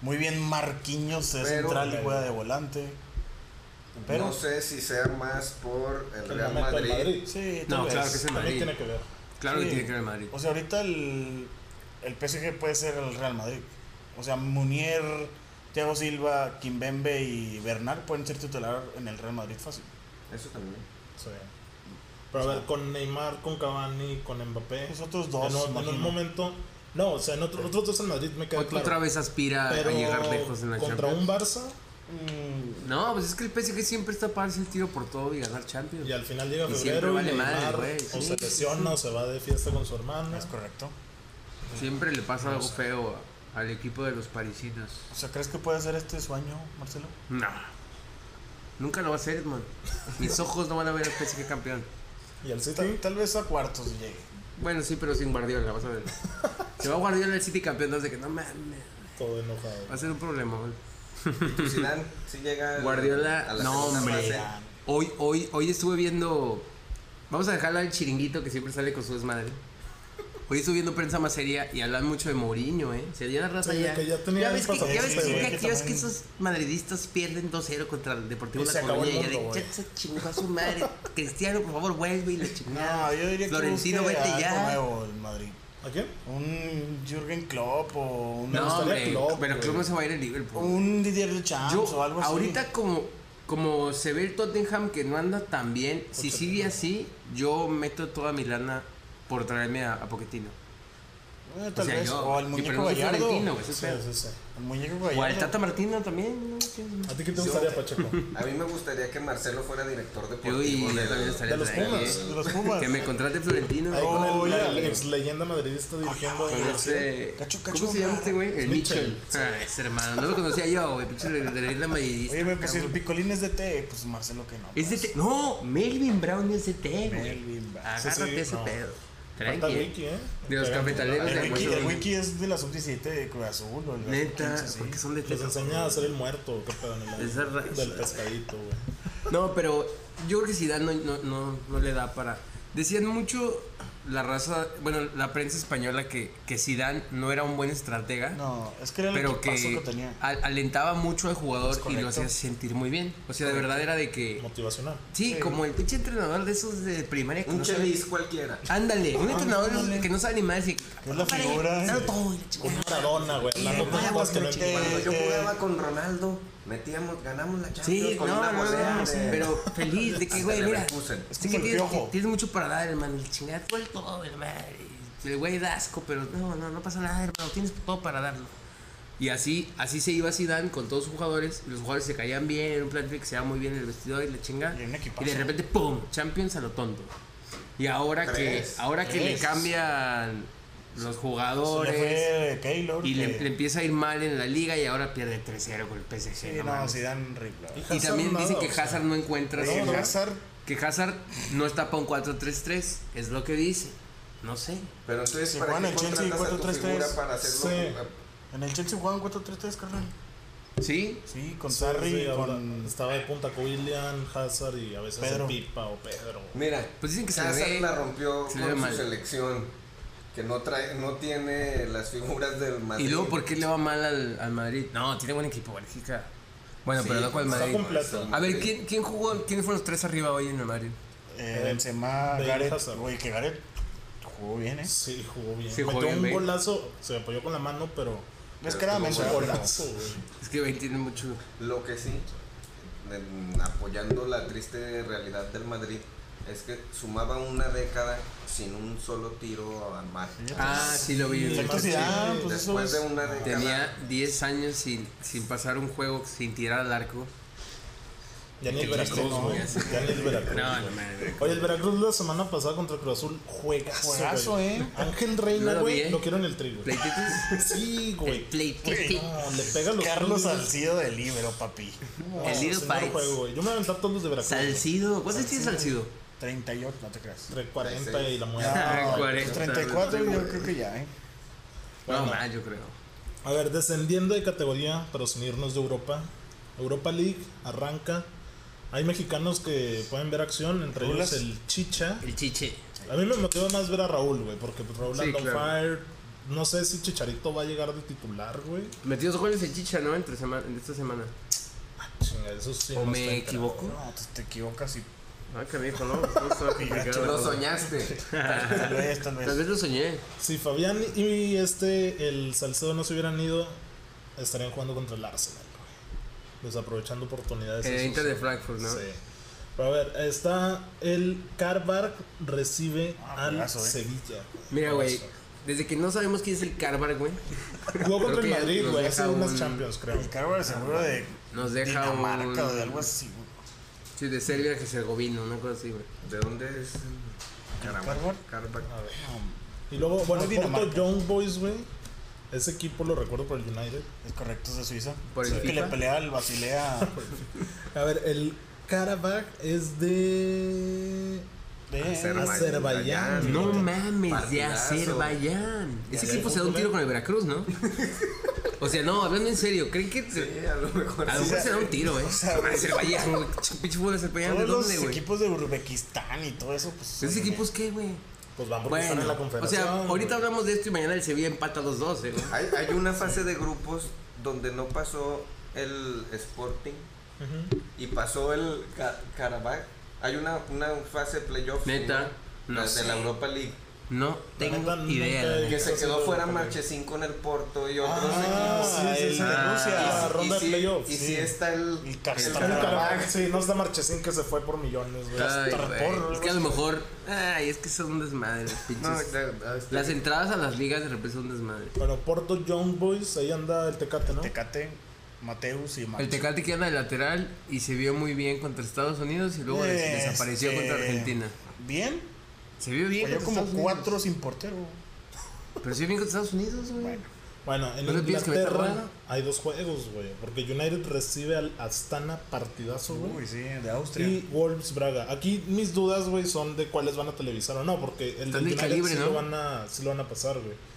B: Muy bien Marquinhos de
D: Pero-
B: central y juega de volante. Pero.
D: no sé si sea más por el
A: El
D: Real
A: momento del
D: Madrid.
A: Madrid.
B: Sí,
C: No,
B: tal vez.
C: claro que es el
A: También
C: Madrid.
A: tiene que ver.
C: Claro que
B: Sí.
C: tiene que ver el Madrid.
B: O sea, ahorita el, el PSG puede ser el Real Madrid. O sea, Munier, Thiago Silva, Kimbembe y Bernard pueden ser titular en el Real Madrid fácil.
D: Eso también.
A: Sí. Pero a ver, con Neymar, con Cavani, con Mbappé.
B: Los otros dos,
A: en, un- en
B: imagino.
A: un momento. No, o sea, en otro, otros dos en Madrid me queda
C: Otra
A: claro.
C: vez aspira
A: pero
C: a llegar lejos en la
A: contra
C: Champions.
A: un Barça
C: No, pues es que el PSG siempre está para el tiro por todo y ganar Champions.
A: y al final llega
C: Y siempre
A: febrero y
C: vale madre,
A: Neymar
C: güey,
A: o se
C: sí, sí,
A: lesiona o se va de fiesta con su hermana.
B: es correcto.
C: Siempre le pasa algo feo a- al equipo de los parisinos.
B: O sea, ¿crees que puede ser este sueño, Marcelo?
C: No. Nunca lo va a hacer, man. Mis ojos no van a ver al PSG campeón.
A: Y el City.
B: Tal, tal vez a cuartos llegue.
C: Bueno, sí, pero sin Guardiola, vas a ver. Se va Guardiola al City campeón, no sé qué. No mames.
A: Todo enojado.
C: Va a ser un problema, man.
D: Tu Zidane sí llega al-
C: Guardiola,
D: a la
C: no,
D: segunda
C: hombre.
D: fase.
C: Hoy, hoy, hoy estuve viendo. Vamos a dejarla al chiringuito que siempre sale con su desmadre. Hoy estuve viendo prensa más seria y hablan mucho de Mourinho, ¿eh? Se dio la raza
A: Sí, de
C: ya.
A: que ya tenía
C: ves que,
A: pasaporte,
C: ya ves que,
A: güey,
C: ya
B: que
C: ves que
B: también-
C: esos madridistas pierden 2-0 contra el Deportivo
A: Y
C: La
A: se acabó
C: Coruña
A: el
C: y ya de
A: mundo, güey.
C: ya se chingó a su madre. Cristiano, por favor, vuelve y la chingada.
B: No, yo diría que
C: Florentino,
B: busque
C: vete
B: algo
C: ya.
B: nuevo el Madrid.
A: ¿A quién?
B: Un Jürgen Klopp o un,
C: No,
A: gustaría
C: hombre,
A: Klopp,
C: pero
A: güey.
C: Klopp no se va a ir al Liverpool.
B: un Didier Deschamps
C: Yo,
B: o algo así.
C: ahorita como, como se ve el Tottenham que no anda tan bien, si sigue así, yo meto toda mi lana por traerme a, a Pochettino.
B: Eh,
C: o
B: tal
C: sea,
B: vez.
C: yo,
B: o al
C: sí,
B: muñeco
C: pero no soy
B: Gallardo.
C: Florentino, güey, eso es
A: Sí,
C: pedo.
A: sí, sí.
B: Al muñeco
C: O al
B: Gallardo.
C: Tata Martino también. ¿no? ¿Qué-
A: ¿A ti qué te gustaría, Pacheco?
D: A mí me gustaría que Marcelo fuera director deportivo.
C: Uy, yo
D: del-
C: también estaría
A: de los
C: por ahí,
A: Pumas,
B: de
C: ¿eh?
B: los Pumas.
C: Que me contrate Florentino.
A: Ahí con el,
B: Oye.
A: la ex leyenda madridista dirigiendo.
C: Con ese-
B: Cacho, cacho,
C: ¿Cómo se llama
B: hombre.
C: este güey? El
A: Mitchell.
C: Mitchell. Ah, ese hermano. No lo conocía yo, güey. Pinche de de la isla Madridista,
B: Oye, güey, pues si el
C: cabrón.
B: picolín es de té, pues Marcelo que no.
C: Es de
B: pues.
C: T- No, Melvin Brown es de T, güey.
B: Melvin Brown.
A: Sí, sí,
C: Agárrate ese
A: no.
C: pedo.
A: Falta
C: Tranqui.
A: Wiki, ¿eh?
C: De los
A: Pegando.
C: capitaleros de
B: El wiki,
C: Hueso.
B: el wiki es de la sub-17 de Cruz Azul. O el de
C: Neta,
B: sub-15, sí.
C: porque son de
A: Les
C: Texas.
A: enseña a hacer el muerto, qué pedo, en el-
C: Esa raza.
A: Del pescadito, güey.
C: No, pero yo creo que Zidane no, no, no, no le da para... Decían mucho la raza, bueno, la prensa española que, que Zidane no era un buen estratega,
B: No, es que era el
C: pero que, Ah,
B: equipazo que tenía.
C: al- alentaba mucho al jugador y
B: correcto.
C: lo hacía sentir muy bien. O sea, de verdad era de que...
A: Motivacional.
C: Sí, como el pinche entrenador de esos de primaria que
D: Un
C: no sabe-
D: chelis cualquiera.
C: "Ah, Ándale, un entrenador de esos que no sabe ni más decir...
B: es la figura,
C: Dalo
B: eh.
C: todo, y la chingada".
A: Un Maradona, güey. hablando
B: Sí,
A: cosas
B: güey,
A: que no
B: porque-
A: entiendo.
D: Cuando yo
B: Eh,
D: jugaba con Ronaldo, metíamos, ganamos la Champions
C: Sí,
D: con
C: no,
D: una
C: no,
D: volea
C: no,
D: de-
C: sí, pero feliz de que,
D: Hasta
C: güey, mira.
D: Leverkusen.
B: Es
C: sí
B: como
C: que
B: el
C: tienes,
B: piojo.
C: tienes mucho para dar, hermano. El chingada, todo el todo, hermano. Y El güey da asco, pero no, no, no pasa nada, hermano. Tienes todo para darlo. Y así, así se iba Zidane con todos sus jugadores. y Los jugadores se caían bien, era un plantel que se va muy bien en el vestidor y la chingada.
B: Y un equipazo.
C: Y de repente, ¡pum! Champions a lo tonto. Y ahora que,
D: Tres.
C: ahora que le
B: Tres.
C: cambian los
B: Se le
C: jugadores.
B: fue Keylor.
C: Y le,
B: que-
C: le empieza a ir mal en la liga y ahora pierde 3-0 con el PSG.
B: Sí,
C: no
B: no,
C: mames.
B: Zidane horrible.
C: Y
A: Hazard
C: también
A: nada,
C: dicen
A: o
C: que
A: sea.
C: Hazard no encuentra
B: Oye,
C: su...
A: no.
B: Hazard,
C: Que Hazard no está para un 4-3-3, es lo que dice. No sé.
D: Pero entonces,
B: Si
D: ¿para
B: juegan
D: qué
B: el Chelsea
D: contratas a tu
B: 4-3-3?
D: figura para hacerlo?
A: Sí.
D: jugar?
B: en el Chelsea jugaban 4-3-3, carnal.
C: ¿Sí?
B: Sí, con
A: Sí,
B: Sarri,
A: sí, ahora
B: con eh,
A: Estaba de punta con William, Hazard y a veces
B: Pedro.
A: el Pipa o Pedro.
D: Mira,
C: Pues dicen que se le
D: Hazard
C: ve-
D: la rompió
C: se le ve
D: con su
C: mal.
D: selección, que no trae, no tiene las figuras del Madrid.
C: Y luego, ¿por qué le va mal al, al Madrid? No, tiene buen equipo, Bélgica. Bueno,
D: Sí,
C: pero no con el
D: está
C: Madrid.
A: completo.
C: A ver, ¿quién, quién jugó? ¿Quiénes fueron los tres arriba hoy en el Madrid?
B: eh, Benzema,
A: Bale,
B: Gareth.
A: Hazard.
B: Güey, que Gareth jugó bien, ¿eh?
A: Sí, jugó bien.
C: Sí, jugó
A: Metió
C: bien,
A: un
C: Bale.
A: golazo, se apoyó con la mano, pero
B: Es claramente
D: estuvo bueno.
B: golazo.
C: Es que güey tiene mucho.
D: Lo que sí, en- apoyando la triste realidad del Madrid, es que sumaba una década sin un solo tiro al mar.
C: Ah, sí lo vi.
A: Sí,
B: Exacto, sí, ah, pues eso
D: Después
B: es-
D: de una década.
C: Tenía 10 años sin, sin pasar un juego, sin tirar al arco.
A: Ya ni el
C: Qué triste,
A: Veracruz,
C: ¿no?
A: güey. Ya ni el Veracruz.
C: No,
A: güey.
C: no mames.
A: Oye, el Veracruz la semana pasada contra Cruz Azul, juegazo.
B: Juegazo,
A: güey.
B: eh.
A: Ángel
C: No
A: Reina,
C: lo vi,
A: güey,
C: eh.
A: lo quiero en el tri, güey.
C: ¿Pleititis?
A: Sí, güey.
C: Pleititis.
A: No, le pega a los clubes.
B: Carlos Salcido de libro, papi.
A: No,
C: El Little
A: sí, no lo
C: Fights.
A: juego, güey. Yo me voy a aventar todos los de Veracruz.
C: Salcido. ¿Cuántos tienes Salcido?
B: 38, no te creas.
A: Entre 40 y la
C: Ah,
A: muerte.
B: No, pues,
C: 40,
B: 34 yo
D: güey.
B: creo que ya, ¿eh?
C: No,
A: Bueno.
C: más, ah, yo creo.
A: A ver, descendiendo de categoría para unirnos de Europa. Europa League arranca. Hay mexicanos que pueden ver acción, entre
B: Rulas.
A: ellos el Chicha.
C: El chiche.
A: A mí me motiva más ver a Raúl, güey, porque pues, Raúl
C: Sí,
A: anda on
C: claro.
A: fire. No sé si Chicharito va a llegar de titular, güey.
C: Metió dos goles el chicha, ¿no? Entre sema- en esta semana.
A: Chinga, eso sí.
C: ¿O
A: no
C: me
A: estoy enterado.
C: equivoco?
B: No, pues, te, te equivocas y
C: Ah, que dijo, no. Esto estaba complicado.
D: Lo soñaste.
B: tal vez, tal
C: Tal
B: vez.
C: vez lo soñé.
A: Si Fabián y este, el Salcedo no se hubieran ido, estarían jugando contra el Arsenal, güey. Desaprovechando oportunidades.
C: El
A: esos,
C: Eh, Inter de
A: güey.
C: Frankfurt, ¿no?
A: Sí. Pero a ver, está el Carbar recibe
B: Ah,
A: al
B: juegazo, eh.
A: Sevilla.
C: Mira, güey.
A: Juegazo.
C: Desde que no sabemos quién es el Carbar, güey.
A: Jugó
C: Creo
A: contra
C: que
A: el Madrid,
C: nos
A: güey.
C: deja
A: Hace unas
C: un-
A: Champions, creo.
B: El Carver seguro de
C: Nos deja
B: Dinamarca
C: un-
B: o de algo así, güey.
C: Sí, de Serbia, Herzegovina, una cosa así, güey.
D: ¿De dónde es? Caramba,
B: Carbar?
D: Carbar.
A: A ver. Y luego, bueno, Porto
B: Dinamarca.
A: Young Boys, güey. Ese equipo lo recuerdo por el United.
B: Es correcto, es de Suiza.
C: Por el
B: Sí, que
C: FIFA.
B: le pelea al Basilea
A: A ver, el Karabakh es de.
B: de...
D: Azerbaiyán.
A: Azerbaiyán.
C: No mames, de
D: Partidazo.
C: Azerbaiyán. Ese
A: Ya,
C: equipo
A: ya,
C: se da un
A: ya.
C: tiro con el Veracruz, ¿no? O sea, no, hablando en serio, ¿creen que
D: Sí, a lo mejor.
C: a lo mejor se da un tiro, eh? Azerbaiyán, güey. Pinche fútbol de Azerbaiyán, ¿de
B: Todos los
C: dónde, güey?
B: equipos de Uzbekistán y todo eso, pues...
C: ¿Esos
B: son-
C: equipos qué, güey?
A: Pues van porque están en la
C: Bueno, o
A: conferencia.
C: sea, ahorita hablamos de esto y mañana el Sevilla empata 2-2, eh, güey.
D: Hay, hay una fase de grupos donde no pasó el Sporting y pasó el Ca- Karabakh. Hay una, una fase playoff
C: Neta,
D: ¿no?
C: no
D: La de
C: sé.
D: la Europa League
C: No tengo
A: neta, nunca
C: idea. la
A: he-
D: que
C: neta.
D: se
A: Eso sí
D: quedó
A: lo
D: fuera
A: recuerdo.
D: Marchesín con el Porto y otros
B: Ah,
D: equipos.
B: sí, sí, sí, de
C: Ah.
A: la
B: Rusia.
A: ronda de
D: y si,
A: playoffs,
D: y
A: sí.
D: si está el,
B: El
D: el
B: Kazakhstan.
A: El Karabakh,
D: Karabakh.
A: sí, no está Marchesín que se fue por millones, güey.
C: Ay,
A: Hasta
C: güey,
A: por-
C: Es que a lo mejor. Ay, es que son un desmadre, los
D: No,
C: pinches.
D: ya- este, ya está.
C: Las entradas a las ligas de repente son un desmadre.
A: Bueno, Porto Young Boys, ahí anda el Tecate, ¿no?
B: Tecate, Mateus y Max.
C: El Tecate que anda de lateral y se vio muy bien contra Estados Unidos y luego des-
B: Este,
C: desapareció contra Argentina.
B: Bien.
C: Se vio bien.
A: pues,
B: Falló
C: contra
B: como
C: Estados
B: cuatro sin portero.
C: Unidos. Pero se vio bien contra Estados Unidos, güey.
B: Bueno.
A: Bueno, en
C: ¿No le pides que meta
A: Inglaterra
C: gol?
A: hay dos juegos, güey. Porque United recibe al Astana partidazo, güey.
B: Uy, sí, de Austria.
A: Y Wolves Braga. Aquí mis dudas, güey, son de cuáles van a televisar o no. Porque el del
C: Están del
A: United
C: calibre,
A: sí,
C: ¿no?
A: lo van a, sí lo van a pasar, güey.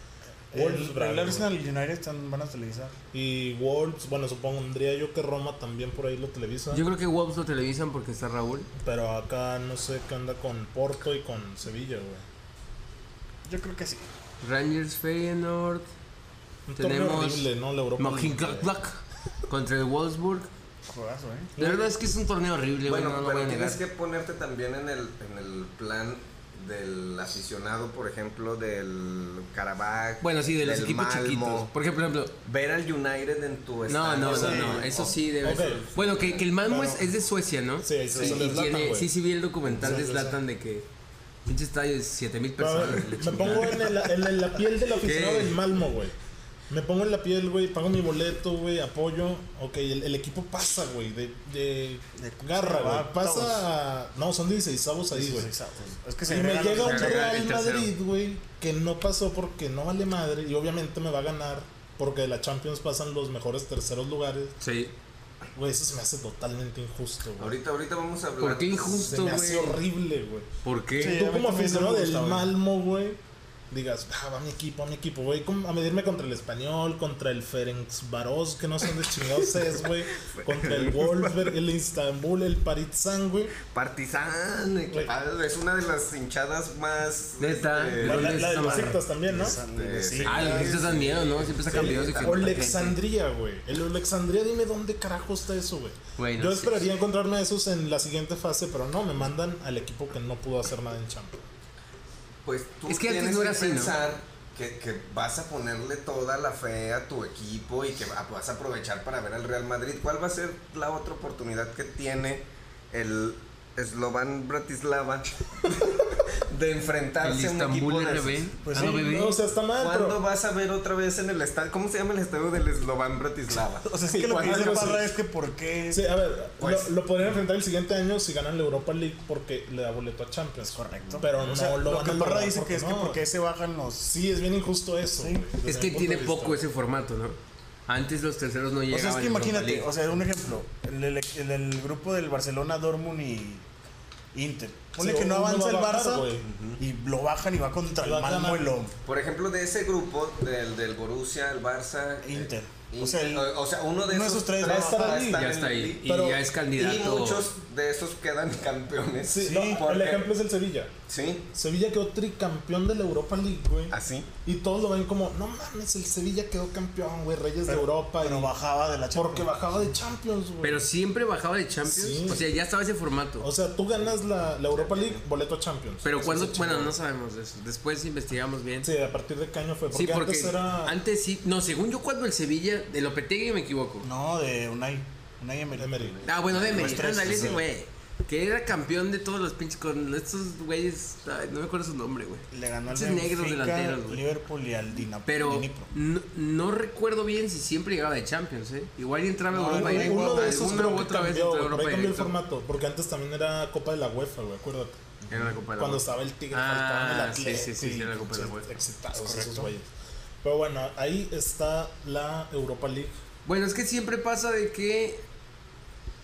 A: Wolves
B: el,
A: Braga.
B: el
A: güey.
B: Arsenal y United están, van a televisar.
A: Y Wolves, bueno, supondría yo que Roma también por ahí lo televisa.
C: Yo creo que Wolves lo televisan porque está Raúl.
A: Pero acá no sé qué anda con Porto y con Sevilla, güey.
B: Yo creo que sí.
C: Rangers Feyenoord.
A: Un torneo
C: Tenemos
A: horrible, ¿no? La Europa. League, güey.
C: Mönchengladbach contra el Wolfsburg.
B: Juegazo, ¿eh?
C: La verdad es que es un torneo horrible, güey.
D: Bueno,
C: no lo voy
D: pero
C: a negar.
D: tienes que ponerte también en el, en el plan del aficionado, por ejemplo, del Karabakh.
C: Bueno, sí, de los
D: del
C: equipos
D: Malmo. Pues
C: chiquitos. Porque, por ejemplo,
D: Ver al United en tu
C: No,
D: estadio.
C: no, no,
A: Sí.
C: no, eso sí debe
A: Ok.
C: ser. Bueno, que, que el Malmo
A: Bueno.
C: es, es de Suecia, ¿no?
A: Sí, es de
C: y
A: Zlatan,
C: tiene-
A: güey.
C: sí, sí vi el documental de
A: Sí, sí, sí.
C: Zlatan de que pinche estadio de 7000
A: Pero a
C: personas.
A: ver,
C: la
A: me
C: chingada.
A: pongo en, el- en la- en la piel del aficionado
C: ¿Qué?
A: del Malmo, güey. Me pongo en la piel, güey, pago mi boleto, güey, apoyo. Ok, el, el equipo pasa, güey, de, de,
B: De-
A: garra,
B: sí,
A: güey.
B: octavos.
A: Pasa. a- No, son 16 avos ahí, güey.
B: Exacto. Es que
A: Y me
B: agregan
A: llega
B: los
A: un
C: tercero,
A: Real
C: el tercero.
A: Madrid, güey, que no pasó porque no vale madre y obviamente me va a ganar porque de la Champions pasan los mejores terceros lugares.
C: Sí.
A: Güey, eso se me hace totalmente injusto, güey.
D: Ahorita, ahorita vamos a hablar.
C: ¿Por qué injusto?
A: Se me hace
C: güey.
A: horrible, güey.
C: ¿Por qué?
B: Sí. a
A: Tú
B: mí
A: como
B: también
A: aficionado
B: no me
A: del
B: gusta, güey.
A: Malmo, güey, digas, ah, va mi equipo, va mi equipo, güey, como a medirme contra el Español, contra el Ferenc Varos, que no son de chingados es, güey, contra el Wolver, el Istanbul, el Paritsan, güey.
D: Partizan, equipado, es una de las hinchadas más.
C: Neta.
D: este,
A: La, la- la de
C: Está
A: los
C: mal.
A: sectas también, ¿no?
B: sangre,
D: Sí.
B: Este, sí.
C: Ah, los gritos dan miedo, ¿no? Siempre sacan
A: Sí,
C: videos de que.
A: Alexandría, güey. El Alexandría, dime dónde carajo está eso, güey.
C: Güey, no
A: Yo
C: sé.
A: esperaría encontrarme esos en la siguiente fase, pero no, me mandan al equipo que no pudo hacer nada en Champions.
D: Pues tú
C: Es que antes
D: tienes
C: no era
D: que
C: así, ¿no?
D: pensar que, que vas a ponerle toda la fe a tu equipo y que va- vas a aprovechar para ver al Real Madrid. ¿Cuál va a ser la otra oportunidad que tiene el Slovan Bratislava de
C: El
D: enfrentarse a un equipo
C: Istanbul
D: de
C: RB.
A: Pues
C: Ah,
A: sí,
C: no, bebé.
A: no, o sea, está mal,
D: ¿Cuándo
A: pero.
D: vas a ver otra vez en el estadio? ¿Cómo se llama el estadio del Slovan Bratislava?
B: O sea, es que lo que
A: ¿Cuándo
B: dice
A: lo
B: Parra
A: sé?
B: es que por qué.
A: Sí, a ver,
D: Pues-
A: lo, lo podrían enfrentar el siguiente año si ganan la Europa League porque le da boleto a Champions.
B: Correcto.
A: Pero no
B: O sea,
A: lo,
B: lo
A: van
B: que
A: a
B: Parra
A: lograr
B: dice que es que
A: no.
B: por qué se bajan los.
A: Sí, es bien injusto eso.
B: Sí.
A: güey, desde
C: Es
A: mi
C: que
A: punto
C: tiene
A: de vista.
C: poco ese formato, ¿no? Antes los terceros no
B: O
C: llegaban.
B: sea, es que
C: a Europa
B: imagínate,
C: League.
B: o sea, un ejemplo, el, el- el- el grupo del Barcelona, Dortmund y Inter. Ponle
A: Sí,
B: que no
A: uno
B: avanza
A: va
B: el
A: a bajar,
B: Barça
A: güey.
B: y lo bajan y va contra
A: Y va
B: el
A: a
B: Malmo
A: ganar.
B: y lo
D: Por ejemplo, de ese grupo, del, del Borussia, el Barça. eh,
B: Inter.
D: Inter,
B: O sea, el-
D: o- o sea, uno de
B: uno de
D: esos
B: esos tres
D: va a
A: va a estar
D: estar
A: ahí.
D: en
C: ya
D: el
C: está ahí.
D: league.
C: Y
A: pero-
C: ya es
D: Y
C: candidato.
D: muchos de esos quedan campeones.
A: Sí, no, el
D: porque-
A: ejemplo es el Sevilla.
D: Sí,
A: Sevilla quedó tricampeón de la Europa League, güey.
B: ¿Ah,
D: así.
A: Y todos lo ven como, no mames, el Sevilla quedó campeón, güey, Reyes de Europa.
B: pero
A: y-
B: bajaba de la
A: porque
B: Champions.
A: bajaba de Champions, güey.
C: Pero siempre bajaba de Champions.
A: Sí.
C: O sea, ya estaba ese formato.
A: O sea, tú ganas la, la Europa League, boleto a Champions.
C: pero
A: Eso
C: cuando.
A: es el
C: Bueno,
A: chingón.
C: no sabemos de eso. Después investigamos bien.
A: Sí, a partir de qué año fue. Porque,
C: Sí, porque
A: antes era
C: sí. No, según yo, cuando el Sevilla. De Lopetegui me equivoco.
B: No, de Unai. Unai Emery.
A: Emery.
C: Ah, bueno, de
B: Los tres,
C: Medina, ese
B: sí.
C: güey. Que era campeón de todos los pinches. Con estos güeyes. ay, No me acuerdo su nombre, güey.
B: Le ganó al
C: Esos negros
B: Benfica,
C: delanteros, güey.
B: Liverpool y al Dinamo.
C: Pero
B: Dnipro.
C: no, no recuerdo bien si siempre llegaba de Champions, ¿eh? Igual y entraba a
B: No,
C: Europa
A: Uno-
C: directo.
A: Uno de esos
C: Alguna
A: creo
C: u
A: que
C: otra vez
A: cambió,
C: entró a
A: güey, por
C: Europa
A: ahí cambió el
C: directo.
A: formato. Porque antes también era Copa de la UEFA, güey, acuérdate.
C: Era la Copa de la
A: Cuando
C: UEFA.
A: estaba el Tigre
C: Ah,
A: Falcón, el
C: sí,
A: Atlético.
C: sí, sí,
A: y
C: sí, era la Copa de la UEFA.
A: Excitados
B: Es
A: esos
B: correcto.
A: güeyes. Pero bueno, ahí está la Europa League.
C: Bueno, es que siempre pasa de que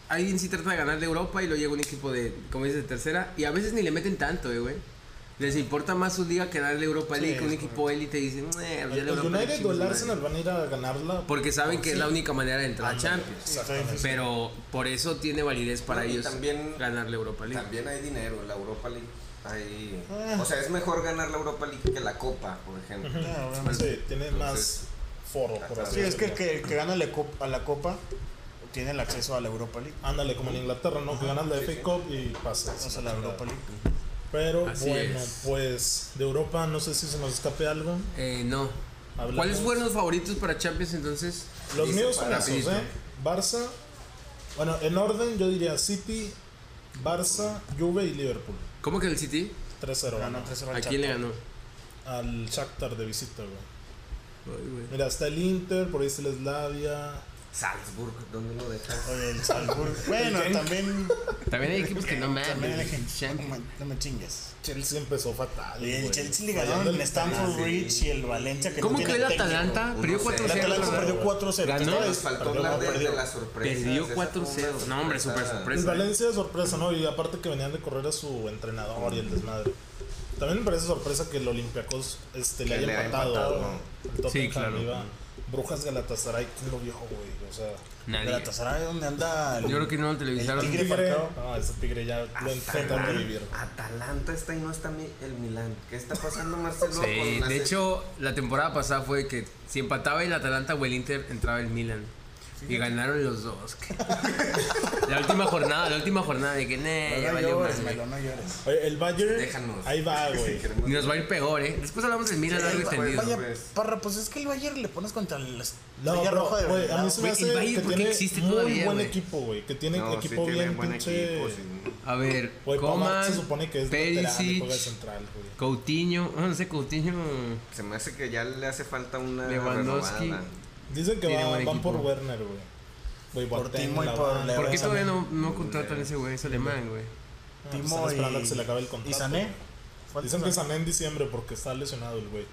C: alguien sí trata de ganar de Europa y luego llega un equipo de, como dices, de tercera. Y a veces ni le meten tanto, eh, güey. Les importa más su liga que darle Europa
B: Sí,
C: League. que un
B: es
C: equipo élite y dicen, "Eh,
A: El,
C: ya la
A: el
C: Europa League.
A: United o el
C: chingue su
A: Arsenal
C: madre".
A: van a ir a ganarla.
C: Porque saben que es la
A: Sí.
C: única manera de entrar a Champions.
A: Exactamente.
B: Sí,
C: Pero por eso tiene validez para
D: No, y
C: ellos
D: también-
C: ganar la Europa League.
D: También hay dinero en la Europa League. Hay...
A: Ah.
D: O sea, es mejor ganar la Europa League que la Copa, por ejemplo. Pues,
B: Ah, obviamente.
A: Sí, tiene más
D: Entonces,
A: foro,
C: ah,
A: por así
B: Sí, es que el
A: decirlo.
B: que, el que gana la cop- a la Copa tiene el acceso a la Europa League.
A: Ándale, como en Inglaterra, ¿no? Que ganas la
D: Sí,
A: FA
D: sí.
A: Cup y pasas.
B: O sea, la Europa League.
A: Pero
C: Así
A: bueno,
C: es.
A: pues de Europa no sé si se nos escape algo.
C: Eh, no.
A: Hablamos.
C: ¿Cuáles fueron los favoritos para Champions entonces?
A: Los
D: Dice
A: míos son
D: para
A: esos,
C: rapidito.
A: ¿eh? Barça. Bueno, en orden yo diría City, Barça, Juve y Liverpool.
C: ¿Cómo que el City?
A: 3-0.
B: Ganó
A: ganó.
B: 3-0
C: Ah, ¿A
B: al
C: quién le
B: Shakhtar.
C: ganó?
A: Al Shakhtar de visita, güey.
C: Ay, güey.
A: Mira, está el Inter, por ahí está el Slavia.
D: Salzburg, ¿dónde lo dejas?
B: Oye, el Salzburg. Bueno, también.
C: También hay equipos que no me
B: También el Gen- no me- No me chingues.
A: Chelsea empezó fatal.
B: Y el
A: güey.
B: Chelsea le ganó
A: Fallando
B: en
A: el
B: Stamford
D: penal, sí.
B: Bridge y el Valencia que
C: ¿Cómo
B: no
C: que el
B: tiene técnico.
C: Atalanta?
D: Uno
C: Perdió
D: cero.
B: El
C: 4-0.
B: Atalanta perdió 4-0.
C: Ganó.
B: Esta
D: Nos
B: vez
D: faltó
B: perdió,
D: hablar de,
B: perdió.
D: de la sorpresa.
C: Ah, Perdió
D: Esa fue una
C: 4-0. No, hombre, súper
A: El
C: sorpresa. ¿eh?
A: Pues Valencia de sorpresa, ¿no? Y aparte que venían de correr a su entrenador y el desmadre. También me parece sorpresa que el Olympiacos este, le
D: Que
A: haya
D: le haya
A: empatado.
D: empatado,
A: ¿no?
D: ¿no?
A: El Tottenham
C: Sí, claro.
A: iba- Brujas Galatasaray, ¿quién lo vio, güey? O sea,
C: Nadie.
B: Galatasaray, ¿dónde anda? el-
C: Yo creo que no lo televisaron.
B: El
A: tigre.
B: Tigre Falcao.
A: Ah, ese tigre ya lo intentan revivir.
D: Atalanta está y no está mi- el Milán. ¿Qué está pasando, Marcelo?
C: Sí,
D: con la
C: de
D: se-
C: hecho, la temporada pasada fue que si empataba el Atalanta o el Inter, entraba el Milan. Y ganaron los dos. la última jornada, la última jornada de que, "Nee, ya
B: No
C: valió
B: llores,
C: más, güey".
B: Melo, no llores.
A: Oye, el Bayern,
D: Déjanos.
A: ahí va, güey.
C: Y nos va a ir peor, ¿eh? Después hablamos del Milan largo y extendido.
B: Vaya,
D: pues.
B: Parra, pues es que el Bayern le pones contra la
A: No,
B: Estrella
A: pero,
B: Roja de
A: güey, a
B: Belgrado.
A: mí se me
C: Güey,
A: hace
C: el Bayern,
A: que
C: ¿por qué
A: tiene
C: existe
A: muy
C: todavía,
A: buen
C: güey?
A: equipo, güey. Que tiene
D: No, sí
A: equipo
D: tiene
A: bien
D: buen
A: pinche...
D: equipo, sí.
C: A ver,
A: Güey, Pavard se
C: Coman,
A: supone que es lateral y juega de
C: Perisic,
A: central, güey.
C: Coutinho, ah, no sé, Coutinho,
D: Se me hace que ya le hace falta una
C: Lewandowski.
D: renovada.
A: Dicen que
C: Tiene
A: va-
C: buen
A: van
C: equipo.
A: por Werner, güey. Güey,
B: Por
A: Boateng,
B: Timo y
A: la
B: por
A: banda.
B: Leo.
C: ¿Por qué
B: Pero
C: todavía no,
B: también-
C: no contratan a ese güey? Es alemán, güey.
A: Ah, pues
B: Timo
A: están esperando
B: y-
A: que se le acabe el contrato.
B: ¿Y Sané?
A: güey. Dicen que Sané en diciembre porque está lesionado el güey.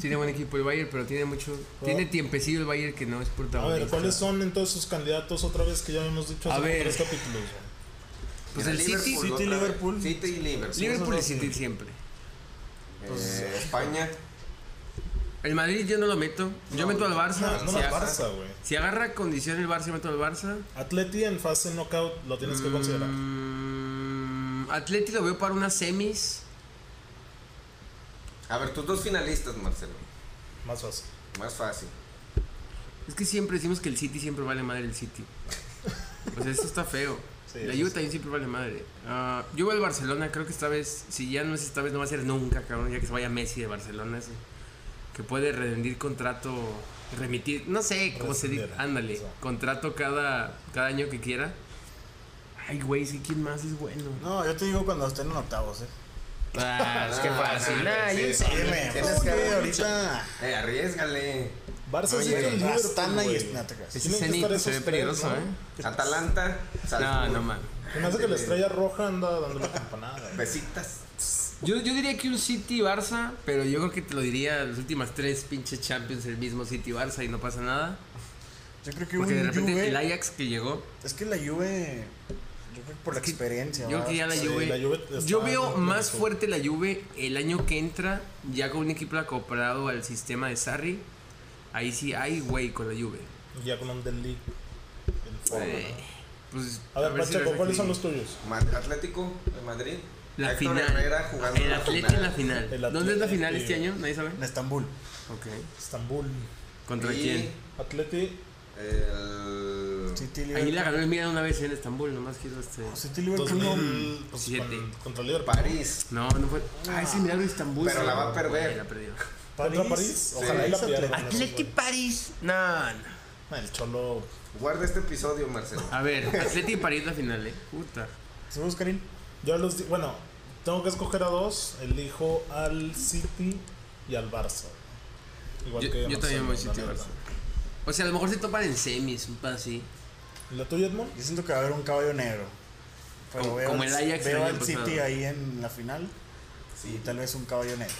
C: Tiene buen equipo el Bayern, pero tiene mucho, tiene tiempecillo el Bayern que no es
A: A
C: protagonista.
A: ver, ¿cuáles son entonces sus candidatos otra vez que ya habíamos dicho
C: A
A: hace
C: ver.
A: tres capítulos? güey?
C: Pues
D: Mira,
C: el City,
D: Liverpool
B: City,
D: otra vez.
B: Liverpool.
D: City y Liverpool.
C: Liverpool Pues, y
B: esos dos,
C: City
B: sí.
C: siempre.
D: Eh, España.
C: El Madrid yo no lo meto, yo meto al Barça.
A: No, no
C: si,
A: la
C: aga-
A: Barça, güey.
C: si agarra condición el Barça, yo meto al Barça.
A: Atleti en fase knockout lo tienes que considerar.
C: Mm, Atlético veo para unas semis.
D: A ver, tus dos finalistas, Marcelo.
A: Más fácil.
D: Más fácil.
C: Es que siempre decimos que el City siempre vale madre el City. O sea, esto está feo.
A: Sí,
C: la
A: eso
C: Juve
A: sí.
C: también siempre vale madre. Ah, yo voy al Barcelona, creo que esta vez, si ya no es esta vez, no va a ser nunca, cabrón, ya que se vaya Messi de Barcelona. Eso. que puede rendir contrato, remitir, no sé cómo se dice,
A: Rescindir,
C: ándale,
A: eso.
C: contrato cada, cada año que quiera. Ay, güey, sí, ¿quién más es bueno?
B: No, yo te digo cuando estén en octavos, ¿eh?
C: Ah, es que fácil. Nah, yo
D: Sí,
C: sé.
D: sí,
B: Dime,
D: tienes que
B: oye,
D: haber
B: ahorita.
D: dicho, "Eh, arriesgate".
A: Barça sí
B: Oye,
A: tiene Liverpool,
B: Astana y
A: güey.
B: es- no te creas.
A: Tienen
C: Ese
A: que
C: Zenit
A: estar
C: se ve
A: esos
C: peligroso,
A: tres,
C: ¿eh?
D: Atalanta,
C: No,
D: Salzburgo.
C: no mames.
A: Se me hace que la estrella roja anda dando la campanada.
D: Besitas.
C: Yo, yo diría que un City Barça, pero yo creo que te lo diría las últimas tres pinches Champions, el mismo City Barça y no pasa nada.
B: Yo creo que
C: Porque de
B: un
C: repente
B: Juve-
C: el Ajax que llegó.
B: Es que la Juve. Yo creo que por la experiencia.
C: Yo creo
B: ¿verdad?
C: que ya la
A: Sí,
C: Juve.
A: la Juve está
C: yo veo
A: dentro de
C: más
A: su-
C: fuerte la Juve el año que entra, ya con un equipo acoplado al sistema de Sarri. Ahí sí hay güey con la Juve.
A: Ya con un del League. El forro,
C: Eh, pues,
A: ¿no? A ver,
C: si
A: Pacheco,
C: resulta
A: ¿cuáles
C: que-
A: son los tuyos?
D: Ma- Atlético de Madrid.
C: La
D: Héctor
C: final.
D: Herrera jugando
C: el
D: la
C: Atleti en
D: final.
C: la final.
A: El
C: ¿Dónde es la
A: Atleti,
C: final este
A: eh,
C: año? Nadie sabe.
B: En Estambul.
C: Ok.
A: Estambul,
C: ¿Contra
D: Y-
C: quién?
A: Atleti.
D: El-
B: City
C: Ahí la
B: Liverpool.
C: ganó el Milan una vez en Estambul, nomás quiero este.
B: City Liverpool. no.
A: 2000, pues,
C: Siete.
A: con- contra Liverpool.
D: París.
C: No, no fue. Ah, ese Milagro de Estambul.
D: Pero
C: sí.
D: la va a perder.
C: Güey, la perdió.
A: Contra París.
B: París.
A: Ojalá y la
B: Sí.
A: pierdan.
C: Atleti París. No, no.
A: Ah, El Cholo.
D: Guarda este episodio, Marcelo.
C: A ver, Atleti París la final, eh. Puta.
B: ¿Sabes, Karim?
A: Yo los. di- Bueno, tengo que escoger a dos. Elijo al City y al Barça. Igual
C: Yo,
A: que
C: yo
A: Marcelo,
C: también voy
A: la
C: City
A: neta.
C: Barça. O sea, a lo mejor se topan en semis, un pedo así.
A: ¿Y ¿La tuya, Edmond?
B: Yo siento que va a haber un caballo negro. Pero
C: Como-
B: veo
C: como
B: al-
C: el Ajax el
B: Veo
C: año
B: al City
C: pasado.
B: ahí en la final. Y
D: Sí,
B: tal vez un caballo negro.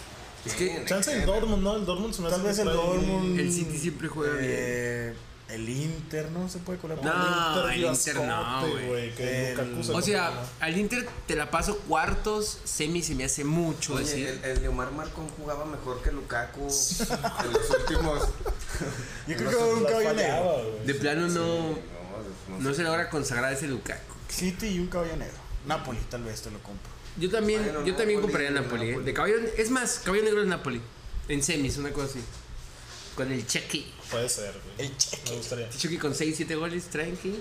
C: Es que
A: Chance el Dortmund, ¿no? El Dortmund se me
B: Eh, Tal
A: hace que
B: vez el
A: trae-
B: Dortmund.
C: El City siempre juega
B: eh, El Inter, ¿no? Se puede colar. por ahí.
C: No,
A: Inter
C: el Inter no,
A: Diascote,
C: güey.
A: Que
B: El-
A: Lukaku se
C: O sea,
A: compra,
C: al Inter te la paso cuartos, semis se me hace mucho
D: Oye,
C: decir.
D: el, el de Omar Marcón jugaba mejor que Lukaku en los últimos.
B: Yo creo que va a haber un
A: ¿no?
B: caballo
A: Fallaba,
B: negro.
A: güey.
C: De plano no,
D: No,
C: no se logra consagrar ese Lukaku.
B: City y un caballo negro. Napoli, tal vez te lo compro.
C: Yo también,
D: Bueno,
C: yo también
D: Napoli,
C: compraría a Napoli. eh.
D: Napoli.
C: De caballo, es más, caballo negro en Napoli. En semis, una cosa así. Con el Chucky.
A: Puede ser, güey. Me gustaría.
C: Chucky con 6, 7 goles, tranqui.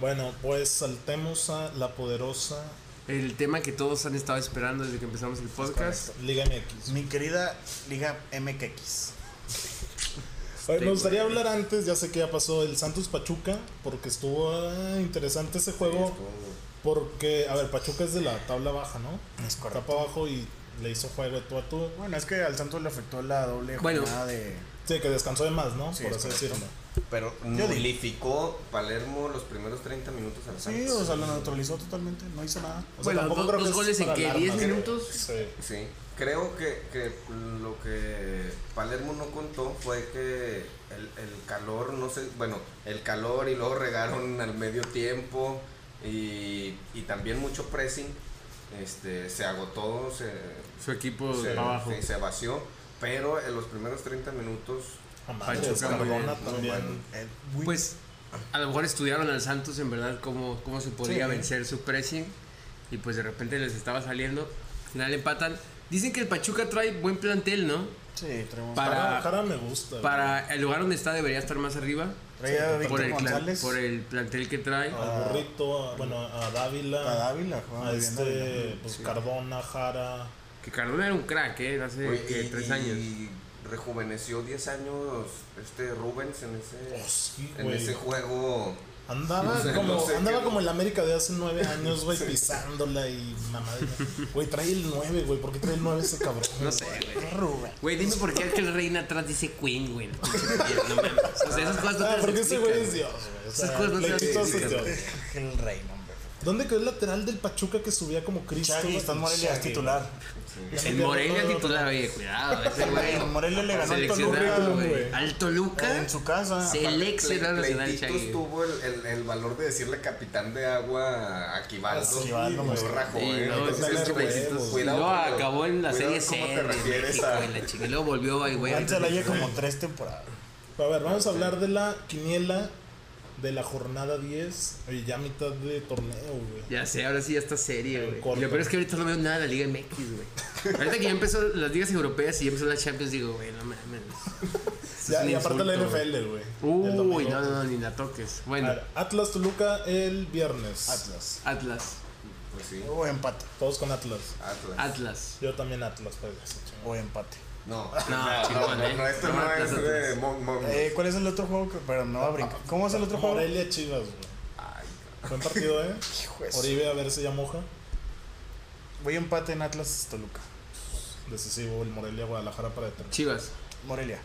A: Bueno, pues saltemos a la poderosa
C: El tema que todos han estado esperando desde que empezamos el
A: Pues,
C: podcast.
A: Liga MX.
B: Mi querida Liga MKX.
A: Oye, me gustaría hablar antes, ya sé que ya pasó el Santos Pachuca, porque estuvo ah, interesante ese juego. Porque, a ver, Pachuca es de la tabla baja, ¿no?
B: Es
A: Está
B: correcto.
A: para abajo y le hizo juego de tú a tú.
B: Bueno, es que al Santos le afectó la doble
C: Bueno.
B: jornada de.
A: Sí, que descansó de más, ¿no?
B: Sí,
A: Por
B: es
A: así
B: correcto.
A: decirlo.
D: Pero
B: digo.
D: nulificó Palermo los primeros 30 minutos al
B: Sí,
D: Santos.
B: o sea, lo neutralizó totalmente, no hizo nada.
A: O sea,
C: Bueno,
A: tampoco
C: dos-
A: creo que
C: dos
A: es
C: goles en
A: para
C: qué,
A: alarmas,
C: 10
A: güey.
C: minutos.
A: Sí.
D: Sí, creo que, que lo que Palermo no contó fue que el, el calor, no sé, bueno, el calor y luego regaron al medio tiempo y, y también mucho pressing, este, se agotó, se,
C: Su equipo
D: se,
C: para abajo.
D: sí, se vació, pero en los primeros 30 minutos,
A: A madres,
C: Pachuca,
A: Ah, Cardona
D: muy bien.
A: también.
B: Eh, muy-
C: Pues a lo mejor estudiaron al Santos en verdad cómo, cómo se podía
B: Sí.
C: vencer su pressing y pues de repente les estaba saliendo. Al final empatan. Dicen que el Pachuca trae buen plantel, ¿no?
B: sí, traemos.
C: para-
A: Jara- Jara me gusta. güey.
C: Para el lugar donde está debería estar más arriba.
B: Traía a
C: Por
B: Víctor
C: el, clan-
B: González,
C: por el plantel que trae.
A: Al burrito, a- bueno, a Dávila.
B: a Dávila, jugaba
A: A
B: muy bien Dávila.
A: este, pues Cardona, Jara.
C: Que Cardona era un crack, ¿eh? Hace
D: oye,
C: ¿qué?
D: y-
C: tres
D: y
C: años.
D: rejuveneció 10 años este Rubens en
A: Oh,
D: ese,
A: sí,
D: en
A: güey.
D: ese juego.
A: Andaba
D: No sé,
A: como,
D: no sé
A: andaba
D: qué-
A: como el América de hace nueve años, güey, pisándola y mamá. Güey, trae el 9, güey. ¿Por qué trae el 9 ese cabrón?
C: No sé, güey.
B: Rubén.
C: Güey, dime por qué el reina atrás dice Queen, güey. No mames. O sea, esas cosas no
A: Ah,
C: te las
A: porque ese güey es Dios,
C: explican, güey.
A: güey. O
C: Esas
A: sea,
C: cosas no se
A: pleititos es
C: explican,
A: Dios.
B: El rey, no, hombre.
A: ¿Dónde quedó el lateral del Pachuca que subía como Cristo?
B: Chagui
A: güey?
B: está en Morelia, es
A: Chagui,
B: titular.
C: El Morelia titular, oye, cuidado, ese güey.
B: El Morelia le ganó al
C: Seleccionado,
B: Toluca,
A: güey.
C: Al Toluca.
B: En su casa.
C: Seleccionado
D: Ple-
C: nacional,
D: Pleititos
C: Chagui.
D: tuvo el, el- el valor de decirle capitán de agua a Quibaldo.
A: Ah, sí,
B: Quibaldo,
D: Lo
B: sí.
D: rajó,
C: Sí,
D: ¿eh?
C: no,
D: Entonces,
A: sí, sí,
D: pleititos,
A: huevos.
C: Y
D: cuidado
C: luego
D: cómo-
C: acabó en la
D: cuidado
C: serie C.
D: cómo te
C: de
D: refieres
C: México,
D: a-
C: y la chica, y luego volvió ahí, güey.
B: Antes la lleva como tres temporadas.
A: A ver, vamos a hablar de la quiniela de la jornada 10. Oye, ya mitad de torneo, güey.
C: Ya sé, ahora sí ya está seria, güey.
A: corto.
C: Y lo peor es que ahorita no veo nada de la Liga MX, güey. Ahorita que ya empezó las ligas europeas y ya empezó la Champions, digo, güey, no mames. Esto es
A: Ya,
C: un
A: y aparte la
C: insulto,
A: NFL, güey. El
C: güey.
A: domingo.
C: Uy, no, no, no, ni la toques.
A: A
C: Bueno,
A: ver, Atlas Toluca el viernes.
B: Atlas.
C: Atlas,
D: Pues sí,
B: O empate.
A: Todos con Atlas.
D: Atlas.
C: Atlas.
A: Yo también Atlas, pues.
B: O empate.
D: No,
C: Ah, No,
D: no,
C: chingón,
D: no,
C: eh.
D: no, esto
C: No,
D: no es
C: entonces-
D: de Mon Mon.
B: Eh, ¿Cuál es el otro juego? Que, pero no va a brincar. Ah, ¿Cómo es el otro juego?
A: Morelia Chivas, güey.
D: Ay,
A: Buen partido, ¿eh?
B: Hijo de su-
A: Oribe a ver si ya moja.
B: Voy a empate en Atlas Toluca.
A: Decisivo el Morelia Guadalajara para determinar.
C: Chivas.
B: Morelia.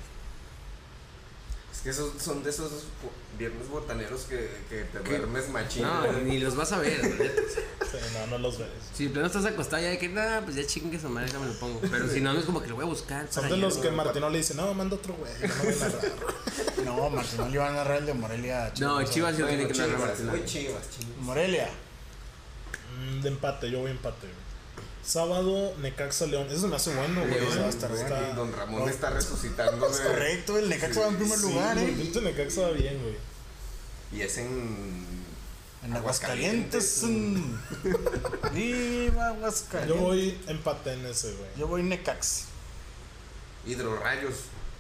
D: es que esos son de esos bo- viernes botaneros que, que te duermes machín.
C: No,
D: güey.
C: ni los vas a ver, la neta.
A: No, no los ves.
C: Si de no estás acostado ya de que nada, pues ya chingue su madre, ya me lo pongo. Pero si no, no es como que lo voy a buscar.
A: Son
C: para
A: de
C: ayer,
A: los
C: güey.
A: que Martino le dice, no, manda otro güey. yo No voy a narrar".
B: No, Martín, no le van a narrar el de Morelia.
C: No, Chivas yo
D: Bueno,
C: tiene que
D: chivas,
C: narrar
D: muy
C: Martín.
D: chivas, chivas.
B: Morelia.
A: Mm, De empate, yo voy a empate, güey. Sábado, Necaxa León. Eso me hace bueno, güey.
D: León,
A: Eso va a estar-
D: güey,
A: está-
D: Don Ramón está resucitando.
B: Es
D: güey.
B: correcto, el Necaxa va en primer
A: Sí,
B: lugar,
A: güey, el
B: ¿eh?
A: pinche Necaxa va bien, güey.
D: Y es en.
B: En Aguascalientes. mm. Viva Aguascalientes.
A: Yo voy empate en ese, güey.
B: Yo voy Necaxa.
D: Hidrorrayos.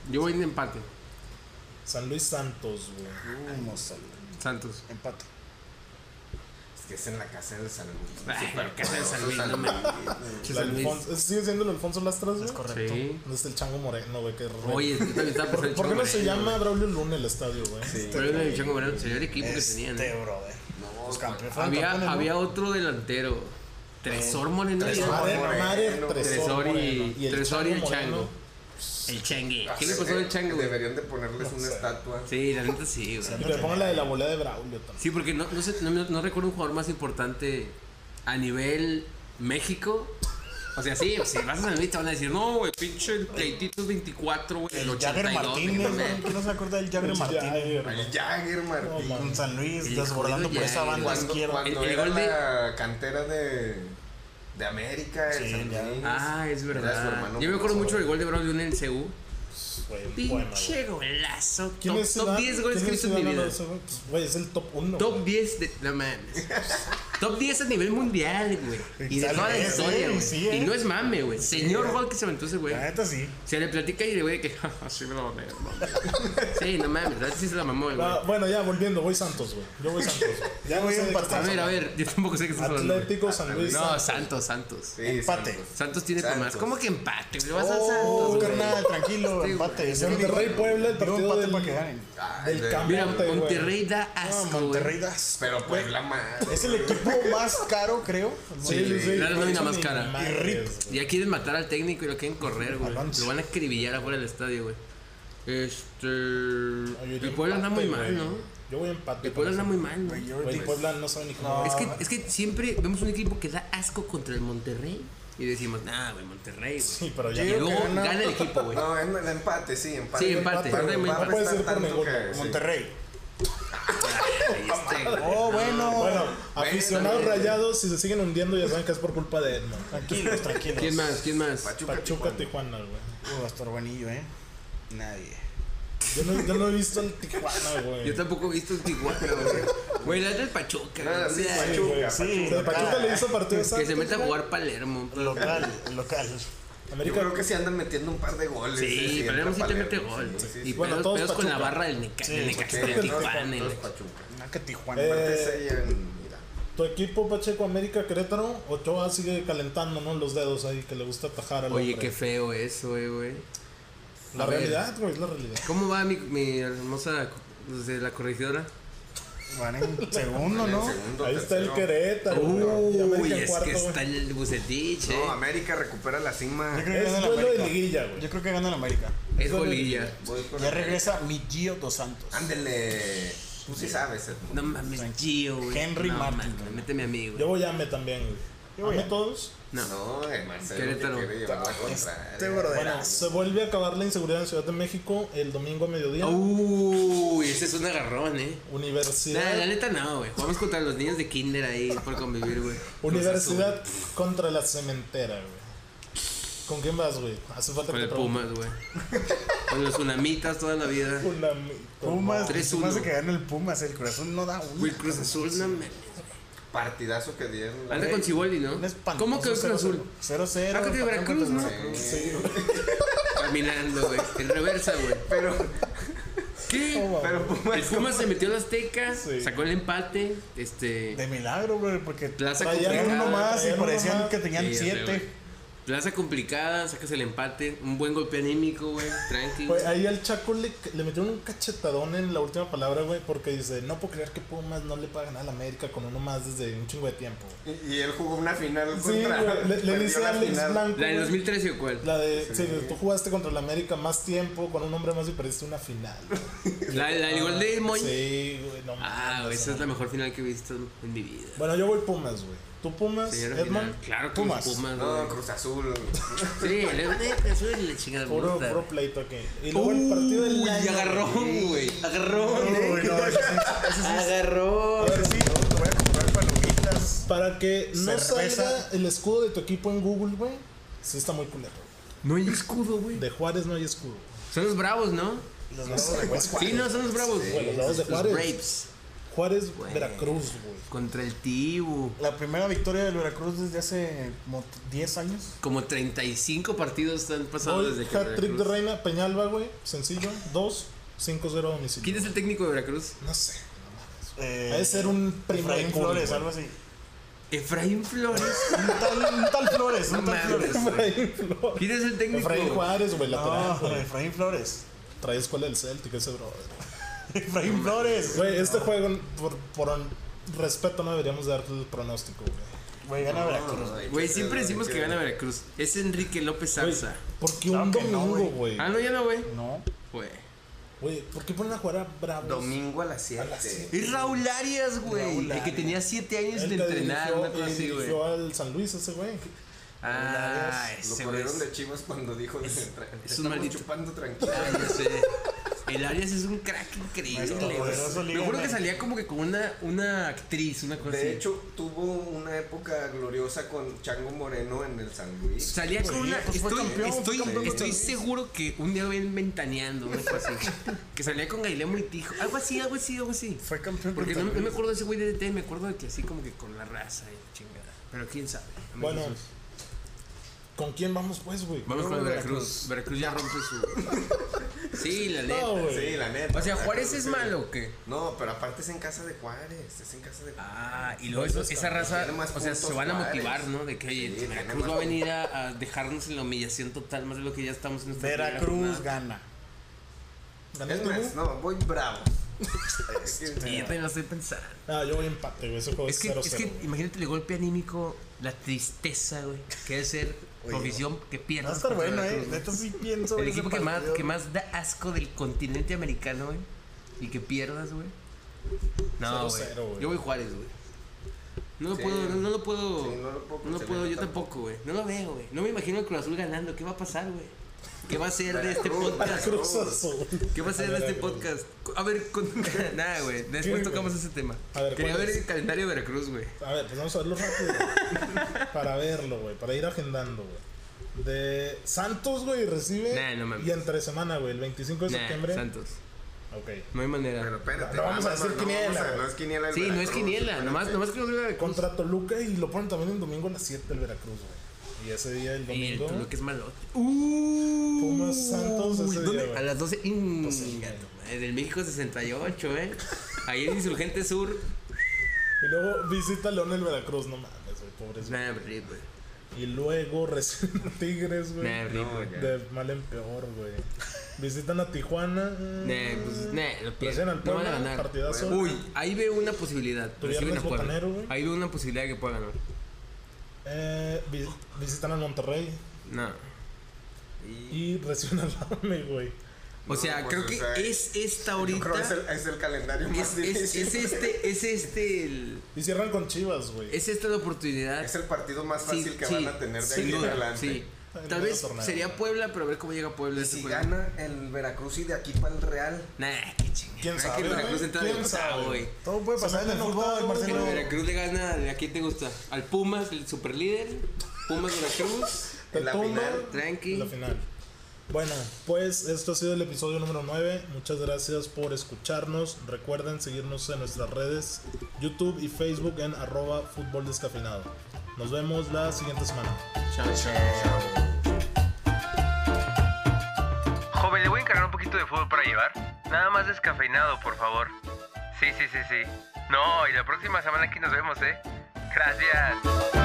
C: Yo voy en empate.
A: San Luis Santos, güey.
B: Vamos al
C: Santos.
B: empate.
D: Es que es en la casa del San Luis.
C: Ay,
D: Super
C: la casa del San Luis,
D: poderoso
C: no
D: San Luis, güey.
C: Che,
A: La
C: San Luis.
A: Alfonso- ¿Sigue siendo el Alfonso Lastras, güey?
B: Es correcto.
C: Sí.
A: ¿Dónde está el Chango Moreno, güey? Qué raro.
C: Oye, yo también estaba
A: ¿Por,
C: pensando
A: por qué
C: en
A: no se
C: Chango
A: llama
C: Moreno,
A: Braulio Luna el estadio, güey? Este,
D: Sí.
C: güey. Pero era el Chango Moreno, sería el equipo que
B: Este, Pues,
C: tenían. ¿eh?
B: brother.
D: No,
B: Los campeones fueron
C: Había,
B: campeones, ¿no?
C: había otro delantero. Tresor Moreno.
D: Tresor.
C: ya.
A: Madre,
D: Moreno,
A: madre,
D: Moreno.
A: Tresor
C: Tresor
A: Moreno.
C: y, Tresor y el Chango.
A: Moreno.
C: El Changue.
D: Ah,
C: ¿Qué le pasó al
D: eh,
C: Chango? güey?
D: Deberían de ponerles una estatua.
C: Sí, la neta sí, güey.
A: Y te pongo la de la volea de Braulio también.
C: Sí, porque no, no, sé, no, no recuerdo un jugador más importante a nivel México. O sea, sí, si vas a San Luis te van a decir, no, güey, pinche el pleititos 24, güey, el
B: El Jagger
C: 82.
B: Martínez,
C: güey".
B: ¿no? ¿Quién no se acuerda del Jagger
A: Sí,
B: Martínez?
A: ya, güey.
D: El Jagger Martín.
A: No,
B: Con San Luis,
C: El
B: desbordando
C: jodido
B: por esa
C: Jagger.
B: banda
D: cuando
B: izquierda.
D: cuando
C: El- el
D: era
C: gol de-
D: la cantera de, de América, el
B: Sí,
D: San
B: ya.
D: Luis.
C: Ah, es
D: Era su
C: verdad.
D: hermano
C: Yo me acuerdo
D: Gonzalo.
C: mucho del gol de Braulio en el CU.
A: Güey, un poema, güey.
C: Pinche golazo.
A: ¿Quién
C: Top,
A: es
C: top
A: Zidane?
C: 10 goles que he
A: ¿Quién es
C: visto en mi
A: Zidane
C: vida.
A: de ese, güey? Pues, Güey, es el top 1.
C: Top 10 de. No mames. Top 10 a nivel mundial, güey. Y de
B: Tal
C: toda la
B: vez,
C: historia,
B: eh,
C: güey.
B: sí, eh. Ah,
C: Y no es mame, güey. Señor gol que se aventó ese güey.
B: La neta sí.
C: Se le platica y el güey que. "Ja, ja, sí, me lo mamé, no mames". Sí, no mames. La neta sí se la mamó, el güey.
A: Ah, bueno, ya volviendo, voy Santos, güey. Yo voy Santos. güey.
B: Ya voy
A: no sé de qué
B: empatado.
C: A
A: estamos
C: ver, a ver, yo tampoco sé qué estás hablando. güey.
A: Atlético San Luis.
C: No, Santos, Santos.
D: Sí, pues,
B: Empate.
D: Santos.
C: Santos tiene para más.
D: Santos.
C: ¿Cómo que empate? güey? Le vas a
B: Oh,
C: Santos, güey.
B: carnal, tranquilo,
C: Sí,
B: empate.
C: güey.
B: Ese
A: Monterrey
B: es mi-
A: Puebla, el
B: Digo
A: partido
B: empate
A: del-
B: para que ganen.
D: Ay,
A: Del
D: de-
A: cambio.
C: Mira,
A: Monterrey, güey.
C: Monterrey da
B: Ah,
C: asco, güey.
B: Monterrey das.
D: Pero pues Puebla más.
B: Es el equipo más caro, creo.
C: Sí,
A: no
C: la nómina
A: hizo
C: más
A: ni
C: cara.
A: madres,
B: Y Rip.
A: güey.
C: Ya quieren matar al técnico y lo quieren correr, güey.
B: Alonso.
C: Lo van a escribillar afuera del estadio, güey. Este.
A: Oye,
C: El
A: yo
C: Puebla anda muy
A: empate,
C: mal,
A: güey.
C: ¿no?
A: Yo voy empate.
C: El Puebla anda muy mal,
B: Güey,
C: ¿no?
B: yo-
A: Güey, Puebla no sabe ni cómo.
B: No.
C: Es que, es que siempre vemos un equipo que da asco contra el Monterrey y decimos, nah, güey, Monterrey, güey.
A: Sí, pero ya.
C: Y
B: Yo-
A: no.
C: luego
B: que gana-
C: gana el equipo, güey.
D: No, en el empate, sí, empate.
C: Sí, empate.
D: Pero
C: Empate,
D: va a
C: empate.
A: Puede ser
D: pesar
A: por
D: tanto
A: mi
D: que-
A: gol.
D: sí.
B: Monterrey.
A: Este,
C: Ahí está, güey.
B: Oh,
A: Bueno,
B: bueno.
A: aficionados rayados, si se siguen hundiendo, ya saben que es por culpa de Edmond.
B: Tranquilos, tranquilos.
C: ¿Quién más? ¿Quién más?
D: Pachuca,
A: Pachuca, Tijuana,
D: Tijuana.
A: güey.
B: Uh, Pastor Buenillo, ¿eh? Nadie.
A: Yo no, yo no he visto al Tijuana, güey.
C: Yo tampoco he visto el Tijuana, güey. Güey, la del Pachuca,
D: Ah, sí,
C: güey.
A: Sí,
D: Pachuca,
A: güey,
B: sí,
A: O sea, Pachuca
B: local.
A: le hizo partido a
C: Que
A: Santos,
C: se meta a
A: güey.
C: jugar Palermo.
B: Local, local.
D: Yo
A: América,
D: creo que se andan metiendo un par de goles. eh,
C: Sí,
D: entra
C: Palermo sí te
D: Palermo,
C: mete gol.
D: sí,
C: güey.
D: sí,
C: Y
D: sí.
A: bueno,
C: pedos,
A: todos
C: pedos con la
A: Pachuca.
C: barra del Neca-
B: Sí,
C: del
D: Sí,
C: Necaxa,
D: no,
C: del Tijuana.
D: todos
C: güey.
D: Pachuca.
B: No, que Tijuana.
A: Eh,
D: Aparte, se llevan- mira.
A: tu equipo Pacheco, América, Querétaro, Ochoa sigue calentando, ¿no? Los dedos ahí, que le gusta atajar al
C: Oye,
A: hombre.
C: qué feo eso, eh, güey.
A: La
C: a ver.
A: realidad, güey, es la realidad.
C: ¿Cómo va mi, mi hermosa desde la corregidora?
B: Van en segundo, ¿no?
D: En segundo,
A: Ahí está el
D: tercero.
A: Querétaro, güey. Y
C: Uy,
A: América en
C: es
A: cuarto,
C: que
A: güey.
C: está el Bucetich, eh.
D: No, América recupera la cima.
B: Yo creo que
A: Es
B: gana la
A: duelo de
B: América.
A: liguilla, güey.
B: Yo creo que gana la América.
C: Es bolilla.
D: Voy con
B: Ya
D: América.
B: regresa mi Gio dos Santos.
D: Ándele. Tú sí sabes, Edmundo.
C: No mames, Gio, güey.
B: Henry
C: no,
B: Martin,
C: mames,
B: güey.
C: Méteme a mí,
A: Yo
C: güey.
A: voy a AME también, güey.
B: Yo voy
A: ¿Ame
B: a-
A: todos?
C: No.
D: No, el Marcelo
C: Querétaro.
D: que quiere llevar la contra.
B: Este brodero.
A: Bueno, se vuelve a acabar la inseguridad en Ciudad de México el domingo a mediodía.
C: Uy, ese es un agarrón, eh. Nah,
A: Universidad,
C: la neta no, güey. Jugamos contra los niños de kinder ahí por convivir, güey.
A: Universidad contra la cementera, güey. ¿Con quién vas, güey? Hace falta
C: Con
A: que
C: el
A: te pregunte.
C: Pumas, güey. Con los tsunamitas toda la vida.
A: Una mi-
B: Pumas,
C: Tres,
B: Pumas se
C: uno.
B: que gana el Pumas, el corazón no da uno.
C: Güey, Cruz Azul, no mames.
D: Partidazo que dieron.
C: Anda con Ciboli, ¿no? ¿Cómo quedó Cruz Azul?
B: 0-0.
C: Ah, contra Veracruz, ¿no?
D: Sí,
C: Caminando, güey. En reversa, güey.
D: pero,
C: ¿Qué?
D: pero
C: El
D: Pumas.
C: Pumas se metió a la Azteca,
A: Sí.
C: sacó el empate, este.
B: De milagro, güey, porque
C: Plaza
A: Traían
C: Contreras,
B: traían uno más y
A: traían uno
B: parecían
A: más.
B: que tenían
C: Sí, ya sé,
B: siete.
C: güey. Plaza complicada, sacas el empate, un buen golpe anímico, güey,
A: Güey,
C: tranqui.
A: Pues, ahí al Chaco le, le metieron un cachetadón en la última palabra, güey, porque dice, no puedo creer que Pumas no le pueda ganar al América con uno más desde un chingo de tiempo. güey".
D: Y, y él jugó una final
A: Sí,
D: contra.
A: güey, le, le
D: perdió
A: dice
D: la
A: a Alex
D: final.
A: Blanco.
C: ¿La del
A: güey,
C: 2013 o cuál?
A: la de,
D: Sí.
A: sí, de, tú jugaste contra el América más tiempo, con un hombre más y perdiste una final. güey".
C: La, la del gol de Moy.
A: Ah, Sí, güey, no
C: Ah,
A: mames,
C: güey, esa
A: no
C: es la mejor final que he visto en mi vida.
A: Bueno, yo voy Pumas, güey. ¿Tú Pumas,
C: Sí, era
A: Edmond?
C: final. Claro que
A: Pumas.
C: Pumas. Pumas
D: No,
C: güey.
D: Cruz Azul.
C: Sí, le le sube la chingada.
A: Puro,
C: puta.
A: puro pleito aquí. Y luego el partido del
C: Uy,
A: año,
C: agarrón, güey. Agarrón. ¿eh?
B: Uy, no, ese sí- ese sí es-
C: Agarrón.
B: ese sí, te voy a comprar palomitas.
A: Para que no
B: Cerveza.
A: salga el escudo de tu equipo en Google, güey. Sí está muy culero.
C: No hay escudo, güey.
A: De Juárez no hay escudo.
C: Son los bravos, ¿no?
B: Los bravos de Juárez.
C: Sí, no, son los bravos.
A: Güey, los Bravos de
C: Los
A: Juárez.
C: Braves.
A: Juárez,
C: Güey.
A: Veracruz, güey.
C: Contra el Tibu.
B: La primera victoria del Veracruz desde hace como 10 años.
C: Como 35 partidos han pasado desde
A: Hoy,
C: que.
A: hat trick de
C: Veracruz-
A: Reina, Peñalba, güey. Sencillo. 2, 5-0 a domicilio.
C: ¿Quién es el técnico de Veracruz?
A: No sé.
B: Eh,
A: Ha de ser un primer
B: Efraín
A: gol,
B: Flores,
A: güey.
B: algo así.
C: Efraín Flores.
B: Un tal, un tal Flores,
C: No
B: un tal
C: mames.
B: Flores.
A: Efraín Flores.
C: ¿Quién es el técnico?
A: Efraín Juárez, güey, lateral,
B: No,
A: güey.
B: Efraín Flores.
A: Trae escuela del Celtic, ese brother.
B: Efraín Flores.
A: Güey, este juego, por, por respeto, no deberíamos dar el pronóstico, güey.
B: Güey, gana Veracruz.
D: Ay,
C: Güey, siempre
D: qué
C: decimos que
D: pedo,
C: gana Veracruz. Es Enrique López
A: Güey,
C: Arza.
A: ¿Por qué
B: Claro
A: un
B: que no,
A: domingo,
B: güey.
A: güey?
C: Ah, no, ya no, güey.
B: No.
C: Güey.
A: Güey, ¿por qué ponen a jugar a Bravos?
D: Domingo a las 7.
C: Es Raúl Arias,
B: Raúl
C: güey. El que
B: Arias.
C: tenía 7 años
A: Él
C: de
A: que
C: entrenar,
A: dirigió-
C: una cosa
A: él
C: así, güey.
A: dirigió al San Luis ese güey.
C: Ah,
D: Lo
C: ese güey.
D: corrieron
C: es-
D: de Chivas cuando dijo que
C: es un maldito-
D: chupando tranquilo.
C: Ah, ya sé. El Arias es un crack increíble,
B: Maestro
C: güey.
B: poderoso,
C: Me acuerdo que
B: lígame.
C: salía como que con una, una actriz, una cosa así.
D: De hecho, tuvo una época gloriosa con Chango Moreno en el San Luis.
C: Salía con
B: Sí,
C: una.
B: pues fue
C: estoy
B: campeón, fue
C: estoy,
B: campeón
C: estoy
B: con San
C: seguro que un día ven ventaneando, una cosa así. que salía con Galileo Montijo. Algo así, algo así, algo así.
B: Fue campeón
C: Porque no,
B: con San
C: no me
B: Luis.
C: acuerdo de ese güey de DT, me acuerdo de que así como que con la raza y la chingada. Pero quién sabe. Amigos,
A: Bueno, ¿con quién vamos pues, güey?
C: vamos con el Veracruz. Veracruz ya rompe su. sí, la neta.
A: No, güey.
D: Sí, la neta.
C: o sea, Juárez
D: Veracruz,
C: es
D: sí.
C: malo o qué?
D: No, pero aparte es en casa de Juárez. Es en casa de Juárez.
C: Ah, y luego eso- esa raza,
D: Tiene más
C: o sea,
D: puntos
C: se van a
D: Juárez.
C: motivar, ¿no? De que, oye,
D: Sí, tiene
C: Veracruz
D: más
C: va a venir a, a dejarnos en la humillación total, más de lo que ya estamos en nuestra primera
B: Veracruz
C: jornada.
B: gana.
A: ¿Gané
D: Es
A: tú, güey?
D: más, no, voy bravo.
C: Y yo también lo estoy pensando.
A: No, Ah, yo voy empate, güey. Ese juego
B: Pues
C: Es
A: es
C: que,
A: 0-0.
C: es que
A: güey.
C: imagínate el golpe anímico, la tristeza, güey, que debe ser provisión que
B: Va a
C: pierdas.
B: estar
C: contra
B: bueno, eh.
C: Veracruz, güey.
B: Neta sí pienso.
C: El
B: en ese
C: equipo que más,
B: partido.
C: que más da asco del continente americano, güey, y que pierdas, güey.
A: Cero,
C: No, güey.
A: cero, güey.
C: Yo voy Juárez, güey. No lo
D: Sí.
C: puedo, no, no lo puedo.
D: Sí, no lo puedo
C: no lo
D: concebir
C: puedo, yo
D: tampoco.
C: tampoco, güey. No lo veo, güey. No me imagino el Cruz Azul ganando. ¿Qué va a pasar, güey? ¿Qué va a ser de este
D: Veracruz,
C: podcast?
D: Veracruz.
A: Cruz Azul.
C: ¿Qué va a ser de este
A: Veracruz.
C: podcast? A ver, con... nada, güey. Después
A: güey?
C: tocamos ese tema.
A: A ver,
C: Quería
A: ¿cuál
C: ver
A: es?
C: el calendario de Veracruz, güey.
A: A ver, pues vamos a verlo rápido. güey. para verlo, güey. Para ir agendando, güey. De Santos, güey, recibe.
C: Nah, no mames.
A: y entre semana, güey, el 25 de
C: Nah,
A: septiembre.
C: Santos.
A: Ok.
C: No hay manera.
D: Pero espérate.
A: No, no vamos a
D: no,
A: decir
D: no, no,
A: quiniela,
D: vamos a-
A: güey.
D: No es quiniela. el
C: sí, no es
D: Veracruz,
C: quiniela.
D: espérate.
C: Nomás, nomás creo que Veracruz.
A: Contra Toluca y lo ponen también el domingo a las 7 el Veracruz, güey. Y ese día, el
C: Y el
A: domingo.
C: Toluca es malote. Uh,
A: Pumas Santos ese
C: ¿dónde?
A: día, güey.
C: A las 12. En el México 68, ¿eh? Ahí en Insurgente Sur. pues
A: Y luego visita León el Veracruz, no mames, güey, pobres.
C: Nah, rip, güey.
A: Y luego reciben a Tigres, güey.
C: Nah, rip, güey.
D: ya.
A: de mal en peor, güey. Visitan a Tijuana. mm,
C: Nah, pues, nah, lo pierden.
A: reciben al
C: No van a
A: Puebla,
C: ganar.
A: partidazo.
C: Uy, ahí veo una posibilidad.
A: Tuvieron
C: Reciben a
A: el
C: Puebla.
A: botanero, güey.
C: Ahí veo una posibilidad de que pueda ganar.
A: Eh, vi- visitan al Monterrey.
C: No.
D: Y-
A: Y reciben al AME, güey.
C: O
D: No,
C: sea,
D: pues,
C: creo
D: o
C: que
D: sea,
C: es esta
D: yo creo que
C: ahorita.
D: es el, es el calendario más
C: Es, es,
D: difícil.
C: es este, es este el-
A: Y cierran con Chivas, güey.
C: es esta la oportunidad.
D: Es el partido más
C: Sí,
D: fácil que
C: sí,
D: van a tener de
C: sin
D: aquí en
C: duda,
D: adelante.
C: sí.
A: El
C: Tal vez
A: nuevo torneo.
C: sería Puebla, pero a ver cómo llega Puebla.
D: Y
C: este
D: si
C: juego.
D: gana el Veracruz y de aquí para el Real.
C: Nah, qué chingada.
A: ¿Quién
C: Ay,
A: sabe,
C: Que el
A: güey?
C: Veracruz entra de
A: ¿Quién
C: octavo,
A: sabe?
C: güey.
B: Todo puede pasar en el
A: Semana
B: fútbol,
A: octavo,
C: Que
B: Marcelo.
C: el Veracruz le gana, ¿a quién te gusta? Al Pumas, el superlíder. Pumas Veracruz.
A: Te
D: En la
A: tumba.
D: final.
C: Tranqui.
A: En La final. Bueno, pues esto ha sido el episodio número 9. Muchas gracias por escucharnos. Recuerden seguirnos en nuestras redes, YouTube y Facebook en arroba fútbol descafeinado. Nos vemos la siguiente semana.
C: Chao,
D: Eh,
C: chao.
E: Joven, le voy a encargar un poquito de fútbol para llevar. Nada más descafeinado, por favor. Sí, sí, sí, sí. No, y la próxima semana aquí nos vemos, ¿eh? Gracias.